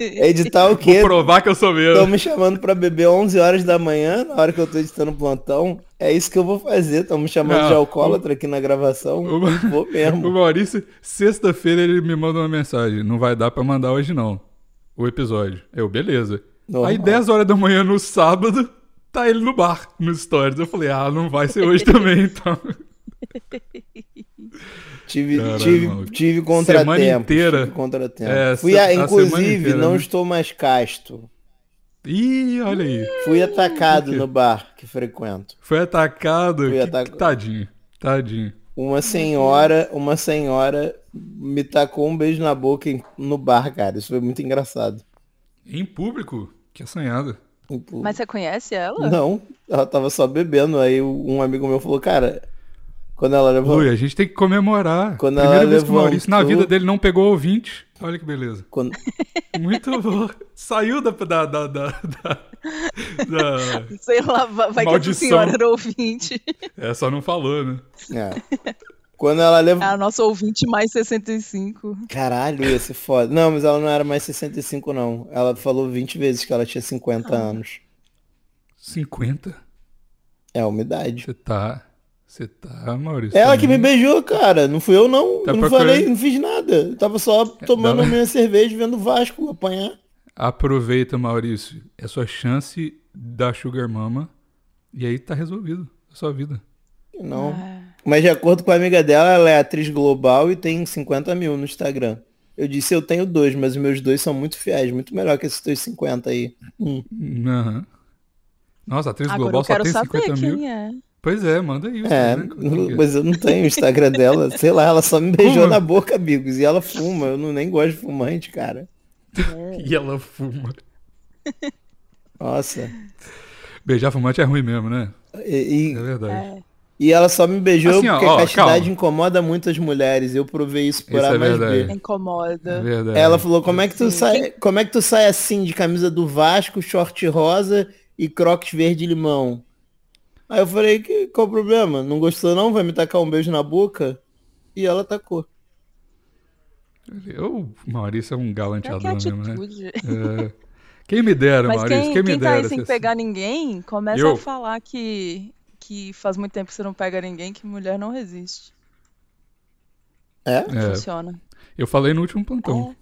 Speaker 2: É Editar o quê?
Speaker 1: Provar que eu sou
Speaker 2: Estão
Speaker 1: mesmo.
Speaker 2: me chamando pra beber 11 horas da manhã, na hora que eu tô editando o plantão. É isso que eu vou fazer. Estão me chamando
Speaker 1: Não,
Speaker 2: de alcoólatra aqui na gravação.
Speaker 1: o-
Speaker 2: Vou
Speaker 1: O
Speaker 2: mesmo.
Speaker 1: Maurício, sexta-feira, ele me manda uma mensagem. Não vai dar pra mandar hoje, não. O episódio. Eu, beleza.
Speaker 2: Normal.
Speaker 1: Aí, 10 horas da manhã no sábado, tá ele no bar, no Stories. Eu falei, ah, não vai ser hoje também, então.
Speaker 2: Tive,
Speaker 1: Caralho,
Speaker 2: tive,
Speaker 1: maluco.
Speaker 2: tive contratempo.
Speaker 1: Semana inteira.
Speaker 2: Tive contratempo.
Speaker 1: É,
Speaker 2: Fui
Speaker 1: se-
Speaker 2: a-
Speaker 1: a semana
Speaker 2: inclusive,
Speaker 1: inteira,
Speaker 2: não
Speaker 1: né?
Speaker 2: estou mais casto.
Speaker 1: Ih, olha aí.
Speaker 2: Fui atacado
Speaker 1: Por quê?
Speaker 2: no bar que frequento.
Speaker 1: Foi atacado.
Speaker 2: Fui
Speaker 1: que-
Speaker 2: atacado.
Speaker 1: Tadinho. Tadinho.
Speaker 2: Uma senhora, uma senhora me tacou um beijo na boca em- no bar, cara. Isso foi muito engraçado.
Speaker 1: Em público? Que assanhada.
Speaker 2: Tipo,
Speaker 3: Mas você conhece ela?
Speaker 2: Não, ela tava só bebendo. Aí um amigo meu falou, cara, quando ela levou.
Speaker 1: Lui, a gente tem que comemorar.
Speaker 2: Quando
Speaker 1: Primeira
Speaker 2: ela
Speaker 1: vez que o
Speaker 2: levantou-
Speaker 1: Maurício na vida dele não pegou ouvinte. Olha que beleza.
Speaker 2: Quando...
Speaker 1: Muito bom. Saiu da. da, da, da, da- da-
Speaker 3: Sei lá, va- vai que
Speaker 1: Maldição.
Speaker 3: a senhora era ouvinte.
Speaker 1: É, só não falou, né?
Speaker 2: É. Quando ela levou.
Speaker 3: É a nossa ouvinte mais 65.
Speaker 2: Caralho, ia ser foda. Não, mas ela não era mais 65, não. Ela falou 20 vezes que ela tinha 50 anos.
Speaker 1: 50?
Speaker 2: É uma idade.
Speaker 1: Você tá. Você tá, Maurício.
Speaker 2: Ela
Speaker 1: também.
Speaker 2: que me beijou, cara. Não fui eu, não.
Speaker 1: Tá
Speaker 2: Eu não
Speaker 1: procurando?
Speaker 2: falei, não fiz nada. Eu tava só tomando
Speaker 1: dá-
Speaker 2: minha cerveja, vendo o Vasco apanhar.
Speaker 1: Aproveita, Maurício. É sua chance da Sugar Mama. E aí tá resolvido. É sua vida. Então,
Speaker 2: Não.
Speaker 3: Ah.
Speaker 2: Mas de acordo com a amiga dela, ela é atriz global e tem 50 mil no Instagram. Eu disse, eu tenho dois, mas os meus dois são muito fiéis, muito melhor que esses teus 50 aí. Hum.
Speaker 1: Aham. Nossa, a atriz
Speaker 3: Agora
Speaker 1: global
Speaker 3: eu
Speaker 1: só
Speaker 3: quero
Speaker 1: tem
Speaker 3: saber
Speaker 1: 50 mil.
Speaker 3: quem é.
Speaker 1: Pois é, manda aí. o
Speaker 2: É,
Speaker 1: Instagram, como que é?
Speaker 2: mas eu não tenho o Instagram dela. Sei lá, ela só me beijou
Speaker 1: Fuma.
Speaker 2: na boca, amigos. E ela fuma, eu não, nem gosto de fumante, cara.
Speaker 3: É,
Speaker 1: E ela fuma.
Speaker 2: Nossa.
Speaker 1: Beijar fumante é ruim mesmo, né?
Speaker 2: E,
Speaker 1: É
Speaker 2: e-
Speaker 1: verdade.
Speaker 2: e ela só me beijou
Speaker 1: Assim, ó,
Speaker 2: porque
Speaker 1: ó,
Speaker 2: a castidade
Speaker 1: calma.
Speaker 2: incomoda muito as mulheres. Eu provei isso por
Speaker 1: Isso
Speaker 2: A
Speaker 1: é
Speaker 2: mais B.
Speaker 1: verdade. É,
Speaker 3: Incomoda.
Speaker 1: verdade.
Speaker 2: Ela falou, como é que tu sai, como é que tu sai assim de camisa do Vasco, short rosa e crocs verde e limão? Aí eu falei, "Que- qual o problema? Não gostou não? Vai me tacar um beijo na boca? E ela tacou.
Speaker 1: Eu, o Maurício é um
Speaker 3: Mas
Speaker 1: galanteador
Speaker 3: que
Speaker 1: mesmo, né?
Speaker 3: atitude.
Speaker 1: É. Quem me dera,
Speaker 3: Mas
Speaker 1: Maurício,
Speaker 3: quem,
Speaker 1: quem, me
Speaker 3: quem tá
Speaker 1: dera.
Speaker 3: aí sem
Speaker 1: ser assim.
Speaker 3: pegar ninguém, começa
Speaker 1: Eu?
Speaker 3: a falar que, que faz muito tempo que você não pega ninguém, que mulher não resiste.
Speaker 2: É?
Speaker 1: assim. É, Então,
Speaker 3: Funciona.
Speaker 1: eu falei no último plantão.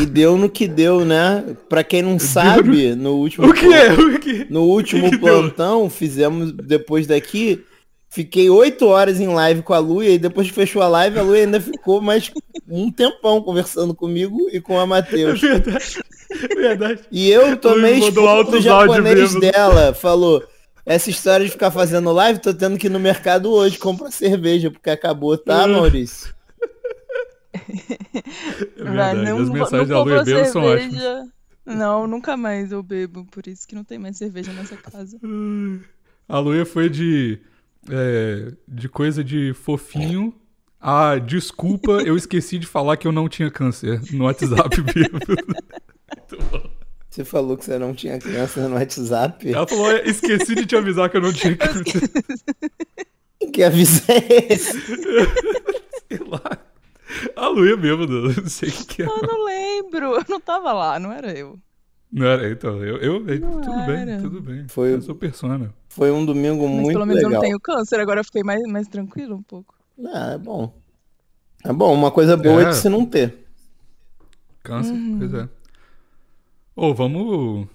Speaker 2: E deu no que deu, né? Pra quem não sabe, no último
Speaker 1: O que é? O que?
Speaker 2: No último
Speaker 1: Que que deu?
Speaker 2: plantão, fizemos depois daqui, fiquei oito horas em live com a Lu, e aí depois que fechou a live, a Lu ainda ficou mais um tempão conversando comigo e com a
Speaker 1: É
Speaker 2: Matheus.
Speaker 1: verdade. É Verdade.
Speaker 2: E eu tomei
Speaker 1: Lu mandou
Speaker 2: esporro do
Speaker 1: altos áudios
Speaker 2: japonês
Speaker 1: mesmo.
Speaker 2: dela, falou, essa história de ficar fazendo live, tô tendo que ir no mercado hoje comprar cerveja, porque acabou, tá, Maurício?
Speaker 1: É verdade. As mensagens da Lua
Speaker 3: comprou
Speaker 1: e Belo são ótimas.
Speaker 3: cerveja. Não, nunca mais eu bebo, por isso que não tem mais cerveja nessa casa.
Speaker 1: A Luia foi de. é, de coisa de fofinho. Ah, desculpa, eu esqueci de falar que eu não tinha câncer no WhatsApp bêbado.
Speaker 2: Você falou que você não tinha criança no WhatsApp?
Speaker 1: Ela falou: "Olha, esqueci de te avisar que eu não tinha câncer.
Speaker 2: Que aviso é esse?
Speaker 1: Sei lá. A Luia bêbado, não sei o que, que é.
Speaker 3: Ah, Eu não lembro, eu não tava lá, não era eu.
Speaker 1: Não era, então, eu. eu- eu-
Speaker 3: Não
Speaker 1: tudo bem,
Speaker 3: era.
Speaker 1: tudo bem.
Speaker 2: Foi-
Speaker 1: Eu sou persona.
Speaker 2: Foi um domingo
Speaker 3: Mas
Speaker 2: muito
Speaker 3: pelo menos eu
Speaker 2: legal.
Speaker 3: não tenho câncer, agora eu fiquei mais, mais tranquilo um pouco.
Speaker 2: Ah, é bom. É bom, uma coisa boa é,
Speaker 1: É.
Speaker 2: de se não ter.
Speaker 1: Câncer, pois é. Ô, vamos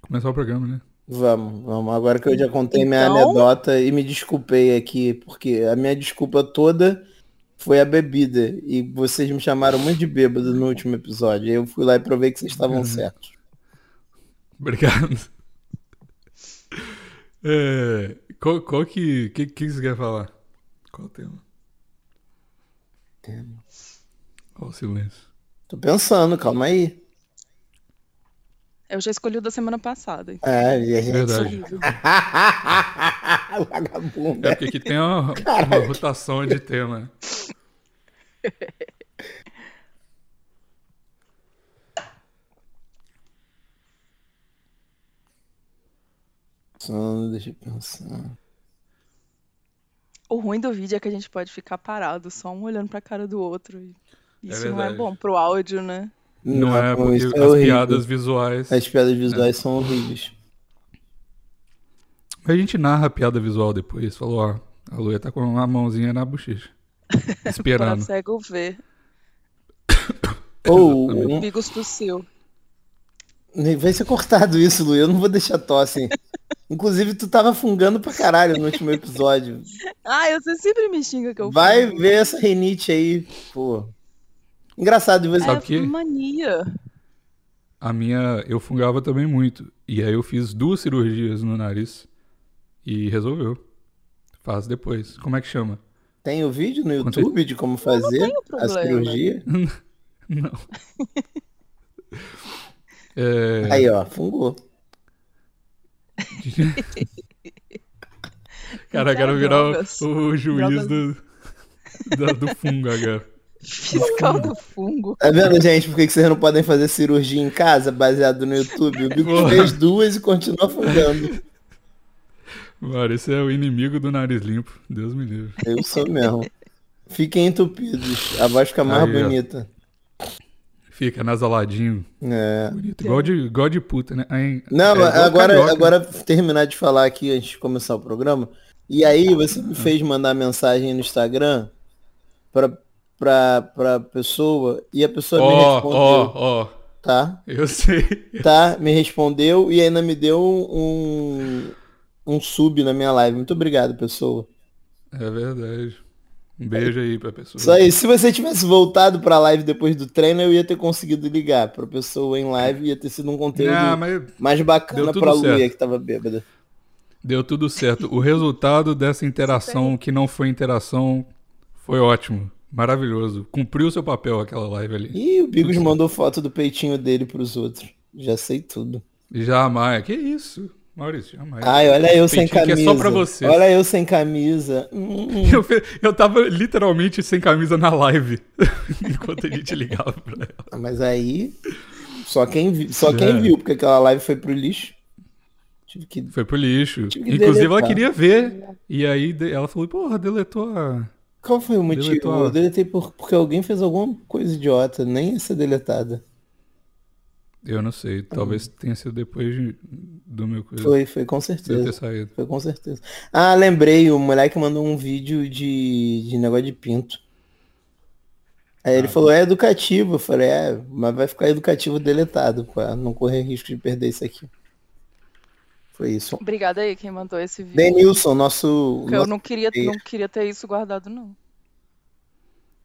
Speaker 1: começar o programa, né?
Speaker 2: Vamos, vamos. Agora que eu já contei minha
Speaker 3: Então?
Speaker 2: anedota e me desculpei aqui, porque a minha desculpa toda foi a bebida. E vocês me chamaram muito de bêbado no último episódio. Eu fui lá e provei que vocês
Speaker 1: Uhum.
Speaker 2: estavam certos.
Speaker 1: Obrigado. É, qual, qual que, que. que você quer falar? Qual o tema?
Speaker 2: Tema.
Speaker 1: Qual o silêncio?
Speaker 2: Tô pensando, calma aí.
Speaker 3: Eu já escolhi o da semana passada. é
Speaker 2: Ah, e a gente-
Speaker 1: É Verdade.
Speaker 2: Vagabundo.
Speaker 1: É porque aqui tem uma, uma rotação de tema.
Speaker 2: Pensando, deixa eu pensar.
Speaker 3: O ruim do vídeo é que a gente pode ficar parado, só um olhando pra cara do outro. E isso não é
Speaker 1: verdade.
Speaker 3: bom pro áudio, né?
Speaker 1: Não, é porque
Speaker 2: isso
Speaker 1: as
Speaker 2: horrível. É
Speaker 1: piadas É. visuais.
Speaker 2: As piadas visuais são horríveis.
Speaker 1: A gente narra a piada visual depois. Falou, ó, a Luia tá com uma mãozinha na bochecha.
Speaker 3: Para
Speaker 1: Esperando.
Speaker 3: cego ver.
Speaker 2: Ou, um-
Speaker 3: Bigos tossiu.
Speaker 2: Nem Vai ser cortado isso, Lu. Eu não vou deixar tosse. hein? Inclusive, tu tava fungando pra caralho no último episódio.
Speaker 3: Ah, você sempre me xinga que eu
Speaker 2: Vai
Speaker 3: fumo.
Speaker 2: ver essa renite aí, pô. Engraçado, de vez em
Speaker 1: Sabe
Speaker 3: É
Speaker 1: o quê?
Speaker 3: mania.
Speaker 1: A minha. Eu fungava também muito. E aí eu fiz duas cirurgias no nariz. E resolveu. Faz depois. Como é que chama?
Speaker 2: tem o vídeo no
Speaker 1: Quando
Speaker 2: YouTube de como fazer a
Speaker 3: problema.
Speaker 2: cirurgia.
Speaker 1: Não. É,
Speaker 2: Aí, ó, fungou.
Speaker 1: cara, eu quero
Speaker 3: Cara,
Speaker 1: virar
Speaker 3: drogas.
Speaker 1: o, o juiz do, da- do fungo agora.
Speaker 3: Fiscal do fungo.
Speaker 2: Tá vendo, gente, por que que vocês não podem fazer cirurgia em casa baseado no YouTube? O Bico
Speaker 1: Porra.
Speaker 2: fez duas e continua fungando.
Speaker 1: Mano, esse é o inimigo do nariz limpo. Deus me livre.
Speaker 2: Eu sou mesmo. Fiquem entupidos. A voz fica mais
Speaker 1: Aí, ó.
Speaker 2: bonita.
Speaker 1: Fica nasaladinho.
Speaker 2: É.
Speaker 1: Bonito. Igual de, igual de puta, né? Aí- é
Speaker 2: Não,
Speaker 1: igual
Speaker 2: agora,
Speaker 1: carioca.
Speaker 2: agora terminar de falar aqui antes de começar o programa. E aí você me fez mandar mensagem no Instagram pra, pra, pra pessoa e a pessoa me
Speaker 1: Ó,
Speaker 2: respondeu,
Speaker 1: ó, ó.
Speaker 2: tá?
Speaker 1: Eu sei.
Speaker 2: Tá, me respondeu e ainda me deu um, um sub na minha live. Muito obrigado, pessoa.
Speaker 1: É verdade. Um beijo aí pra pessoa.
Speaker 2: Só isso, se você tivesse voltado pra live depois do treino, eu ia ter conseguido ligar pra pessoa em live, ia ter sido um conteúdo
Speaker 1: Ah, mas
Speaker 2: mais bacana
Speaker 1: deu tudo
Speaker 2: pra Luia
Speaker 1: certo.
Speaker 2: que tava bêbada.
Speaker 1: deu tudo certo. O resultado dessa interação, que não foi interação, foi ótimo. Maravilhoso. Cumpriu seu papel aquela live ali.
Speaker 2: Ih, o Bigos mandou foto do peitinho dele pros outros. Já sei tudo.
Speaker 1: Jamais. Que isso? Maurício, jamais.
Speaker 2: Ai, olha eu sem
Speaker 1: é Peitinho que é
Speaker 2: camisa.
Speaker 1: só pra você.
Speaker 2: Olha eu sem camisa. Hum,
Speaker 1: Eu, fe- eu tava literalmente sem camisa na live. enquanto a gente ligava pra ela.
Speaker 2: mas aí, só quem, vi- só
Speaker 1: É.
Speaker 2: quem viu, porque aquela live foi pro lixo. Tive que...
Speaker 1: Foi pro lixo.
Speaker 2: Tive que
Speaker 1: Inclusive, ela
Speaker 2: deletar.
Speaker 1: queria ver. E aí de- ela falou: porra, deletou a.
Speaker 2: Qual foi o motivo?
Speaker 1: Deletou a-
Speaker 2: Eu deletei por- porque alguém fez alguma coisa idiota, nem ia ser deletada.
Speaker 1: Eu não sei. Talvez tenha sido depois de- do meu coisa.
Speaker 2: Foi, foi com
Speaker 1: de eu ter
Speaker 2: certeza.
Speaker 1: saído.
Speaker 2: Foi com certeza. Ah, lembrei, o moleque mandou um vídeo de, de negócio de pinto. Aí ele falou, é educativo. Eu falei, é, mas vai ficar educativo deletado, pra não correr risco de perder isso aqui. Foi isso.
Speaker 3: Obrigada aí quem mandou esse vídeo.
Speaker 2: Denilson, nosso.
Speaker 3: Porque eu
Speaker 2: nosso-
Speaker 3: não queria, não queria ter isso guardado, não.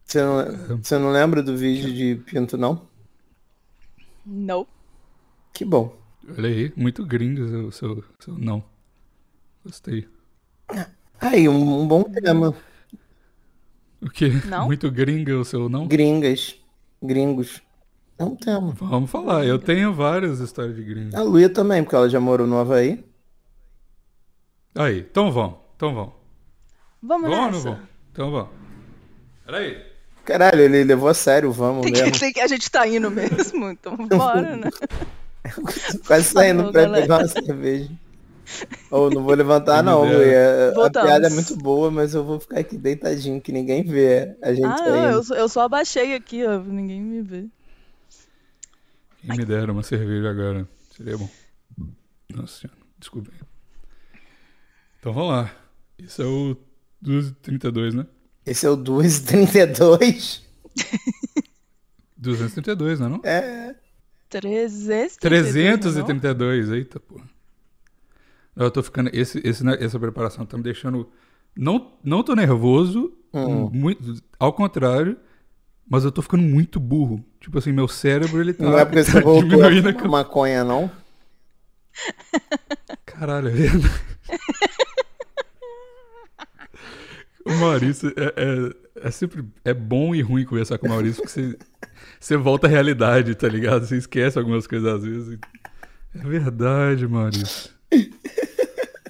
Speaker 2: Você, não, você não lembra do vídeo de pinto, não?
Speaker 3: Não.
Speaker 2: Que bom.
Speaker 1: Olha aí, muito gringo o seu, seu- seu não. Gostei.
Speaker 2: Aí, um, um bom tema.
Speaker 1: O quê?
Speaker 3: Não?
Speaker 1: Muito gringa o seu não?
Speaker 2: Gringas. Gringos. É um tema.
Speaker 1: Vamos falar, eu tenho várias histórias de gringo.
Speaker 2: A Luia também, porque ela já morou no Havaí.
Speaker 1: Aí, então vamos, então vamos. Vamos
Speaker 3: Vamos
Speaker 1: ou não
Speaker 3: nessa.
Speaker 1: vamos? Então vamos. Peraí.
Speaker 2: Caralho, ele levou a sério, vamos
Speaker 3: Tem
Speaker 2: mesmo.
Speaker 3: que, tem que- a gente tá indo mesmo, então bora, né?
Speaker 2: Quase saindo
Speaker 3: Falou,
Speaker 2: pra
Speaker 3: Tá galera.
Speaker 2: pegar uma cerveja. Ou não vou levantar,
Speaker 1: Quem me
Speaker 2: não.
Speaker 1: dera.
Speaker 2: Luia. A
Speaker 3: Voltamos.
Speaker 2: piada é muito boa, mas eu vou ficar aqui deitadinho, que ninguém vê a gente
Speaker 3: Ah, não,
Speaker 2: saindo.
Speaker 3: eu, só- eu só abaixei aqui, ó, ninguém me vê.
Speaker 1: Quem me dera uma cerveja agora. Seria bom. Nossa senhora, desculpa. aí. Então vamos lá. Isso é o 232, né?
Speaker 2: Esse é o 232.
Speaker 1: 232, não é não?
Speaker 2: É.
Speaker 3: 300.
Speaker 1: 332, eita, pô. Eu tô ficando. Esse, esse, essa preparação tá me deixando. Não, não tô nervoso,
Speaker 2: Hum.
Speaker 1: muito, ao contrário, mas eu tô ficando muito burro. Tipo assim, meu cérebro, ele tá,
Speaker 2: Não é porque
Speaker 1: tá
Speaker 2: você voltou a
Speaker 1: diminuindo a
Speaker 2: fumar maconha, não?
Speaker 1: Caralho, é verdade. O Maurício é, é- é sempre. É bom e ruim conversar com o Maurício, porque você, você volta à realidade, tá ligado? Você esquece algumas coisas às vezes. É verdade, Maurício.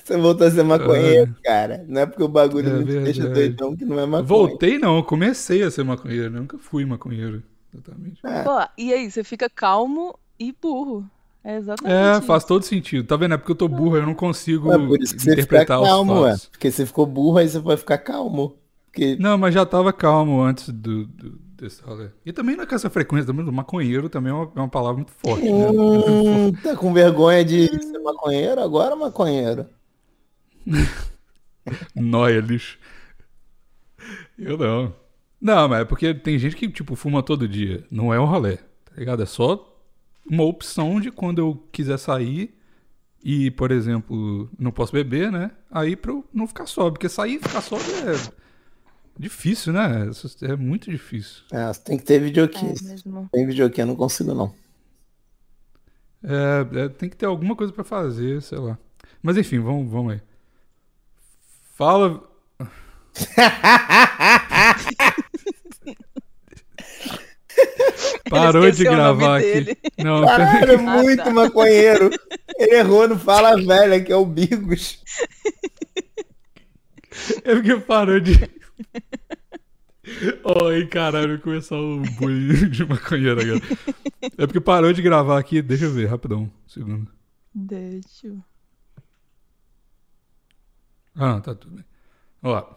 Speaker 2: Você voltou a ser maconheiro, cara. Não é porque o bagulho
Speaker 1: É
Speaker 2: não te deixa
Speaker 1: verdade.
Speaker 2: doidão que não é maconha.
Speaker 1: Voltei não, eu comecei a ser maconheiro. né? Eu nunca fui maconheiro, exatamente.
Speaker 2: É,
Speaker 3: Pô, e aí, você fica calmo e burro. É exatamente
Speaker 1: É,
Speaker 3: isso.
Speaker 1: faz todo sentido. Tá vendo? É porque eu tô burro, eu não consigo
Speaker 2: É por isso que você fica
Speaker 1: interpretar os
Speaker 2: calmo, ué.
Speaker 1: fatos.
Speaker 2: Porque você ficou burro, aí você vai ficar calmo. Porque
Speaker 1: Não, mas já tava calmo antes do, do- desse rolê. E também não é com essa frequência, também, maconheiro também é uma, é uma palavra muito forte, né?
Speaker 2: Hum, tá com vergonha de
Speaker 3: Hum.
Speaker 2: ser maconheiro agora, é maconheiro?
Speaker 1: Nóia, lixo. Eu não. Não, mas é porque tem gente que, tipo, fuma todo dia. Não é um rolê, tá ligado? É só uma opção de quando eu quiser sair e, por exemplo, não posso beber, né? Aí pra eu não ficar sóbrio. Porque sair e ficar sóbrio é difícil, né? Isso É muito difícil.
Speaker 2: Ah, você tem que ter
Speaker 3: É
Speaker 2: videokins.
Speaker 3: mesmo.
Speaker 2: Tem videokins, eu não consigo não.
Speaker 1: É, é, tem que ter alguma coisa pra fazer, sei lá. Mas enfim, vamos, vamos aí. Fala. Parou de
Speaker 3: esqueceu o nome
Speaker 1: gravar aqui.
Speaker 3: dele.
Speaker 1: Não,
Speaker 2: Caralho, é
Speaker 3: Ah,
Speaker 2: muito
Speaker 3: tá.
Speaker 2: maconheiro. Ele errou no Fala Velha, que é o Bigos.
Speaker 1: é porque parou de. Oi, caralho, eu vou começar o bullying de maconheiro agora. É porque parou de gravar aqui. Deixa eu ver, rapidão. Um segundo.
Speaker 3: Deixa. eu-
Speaker 1: Ah, não, tá tudo bem. Ó,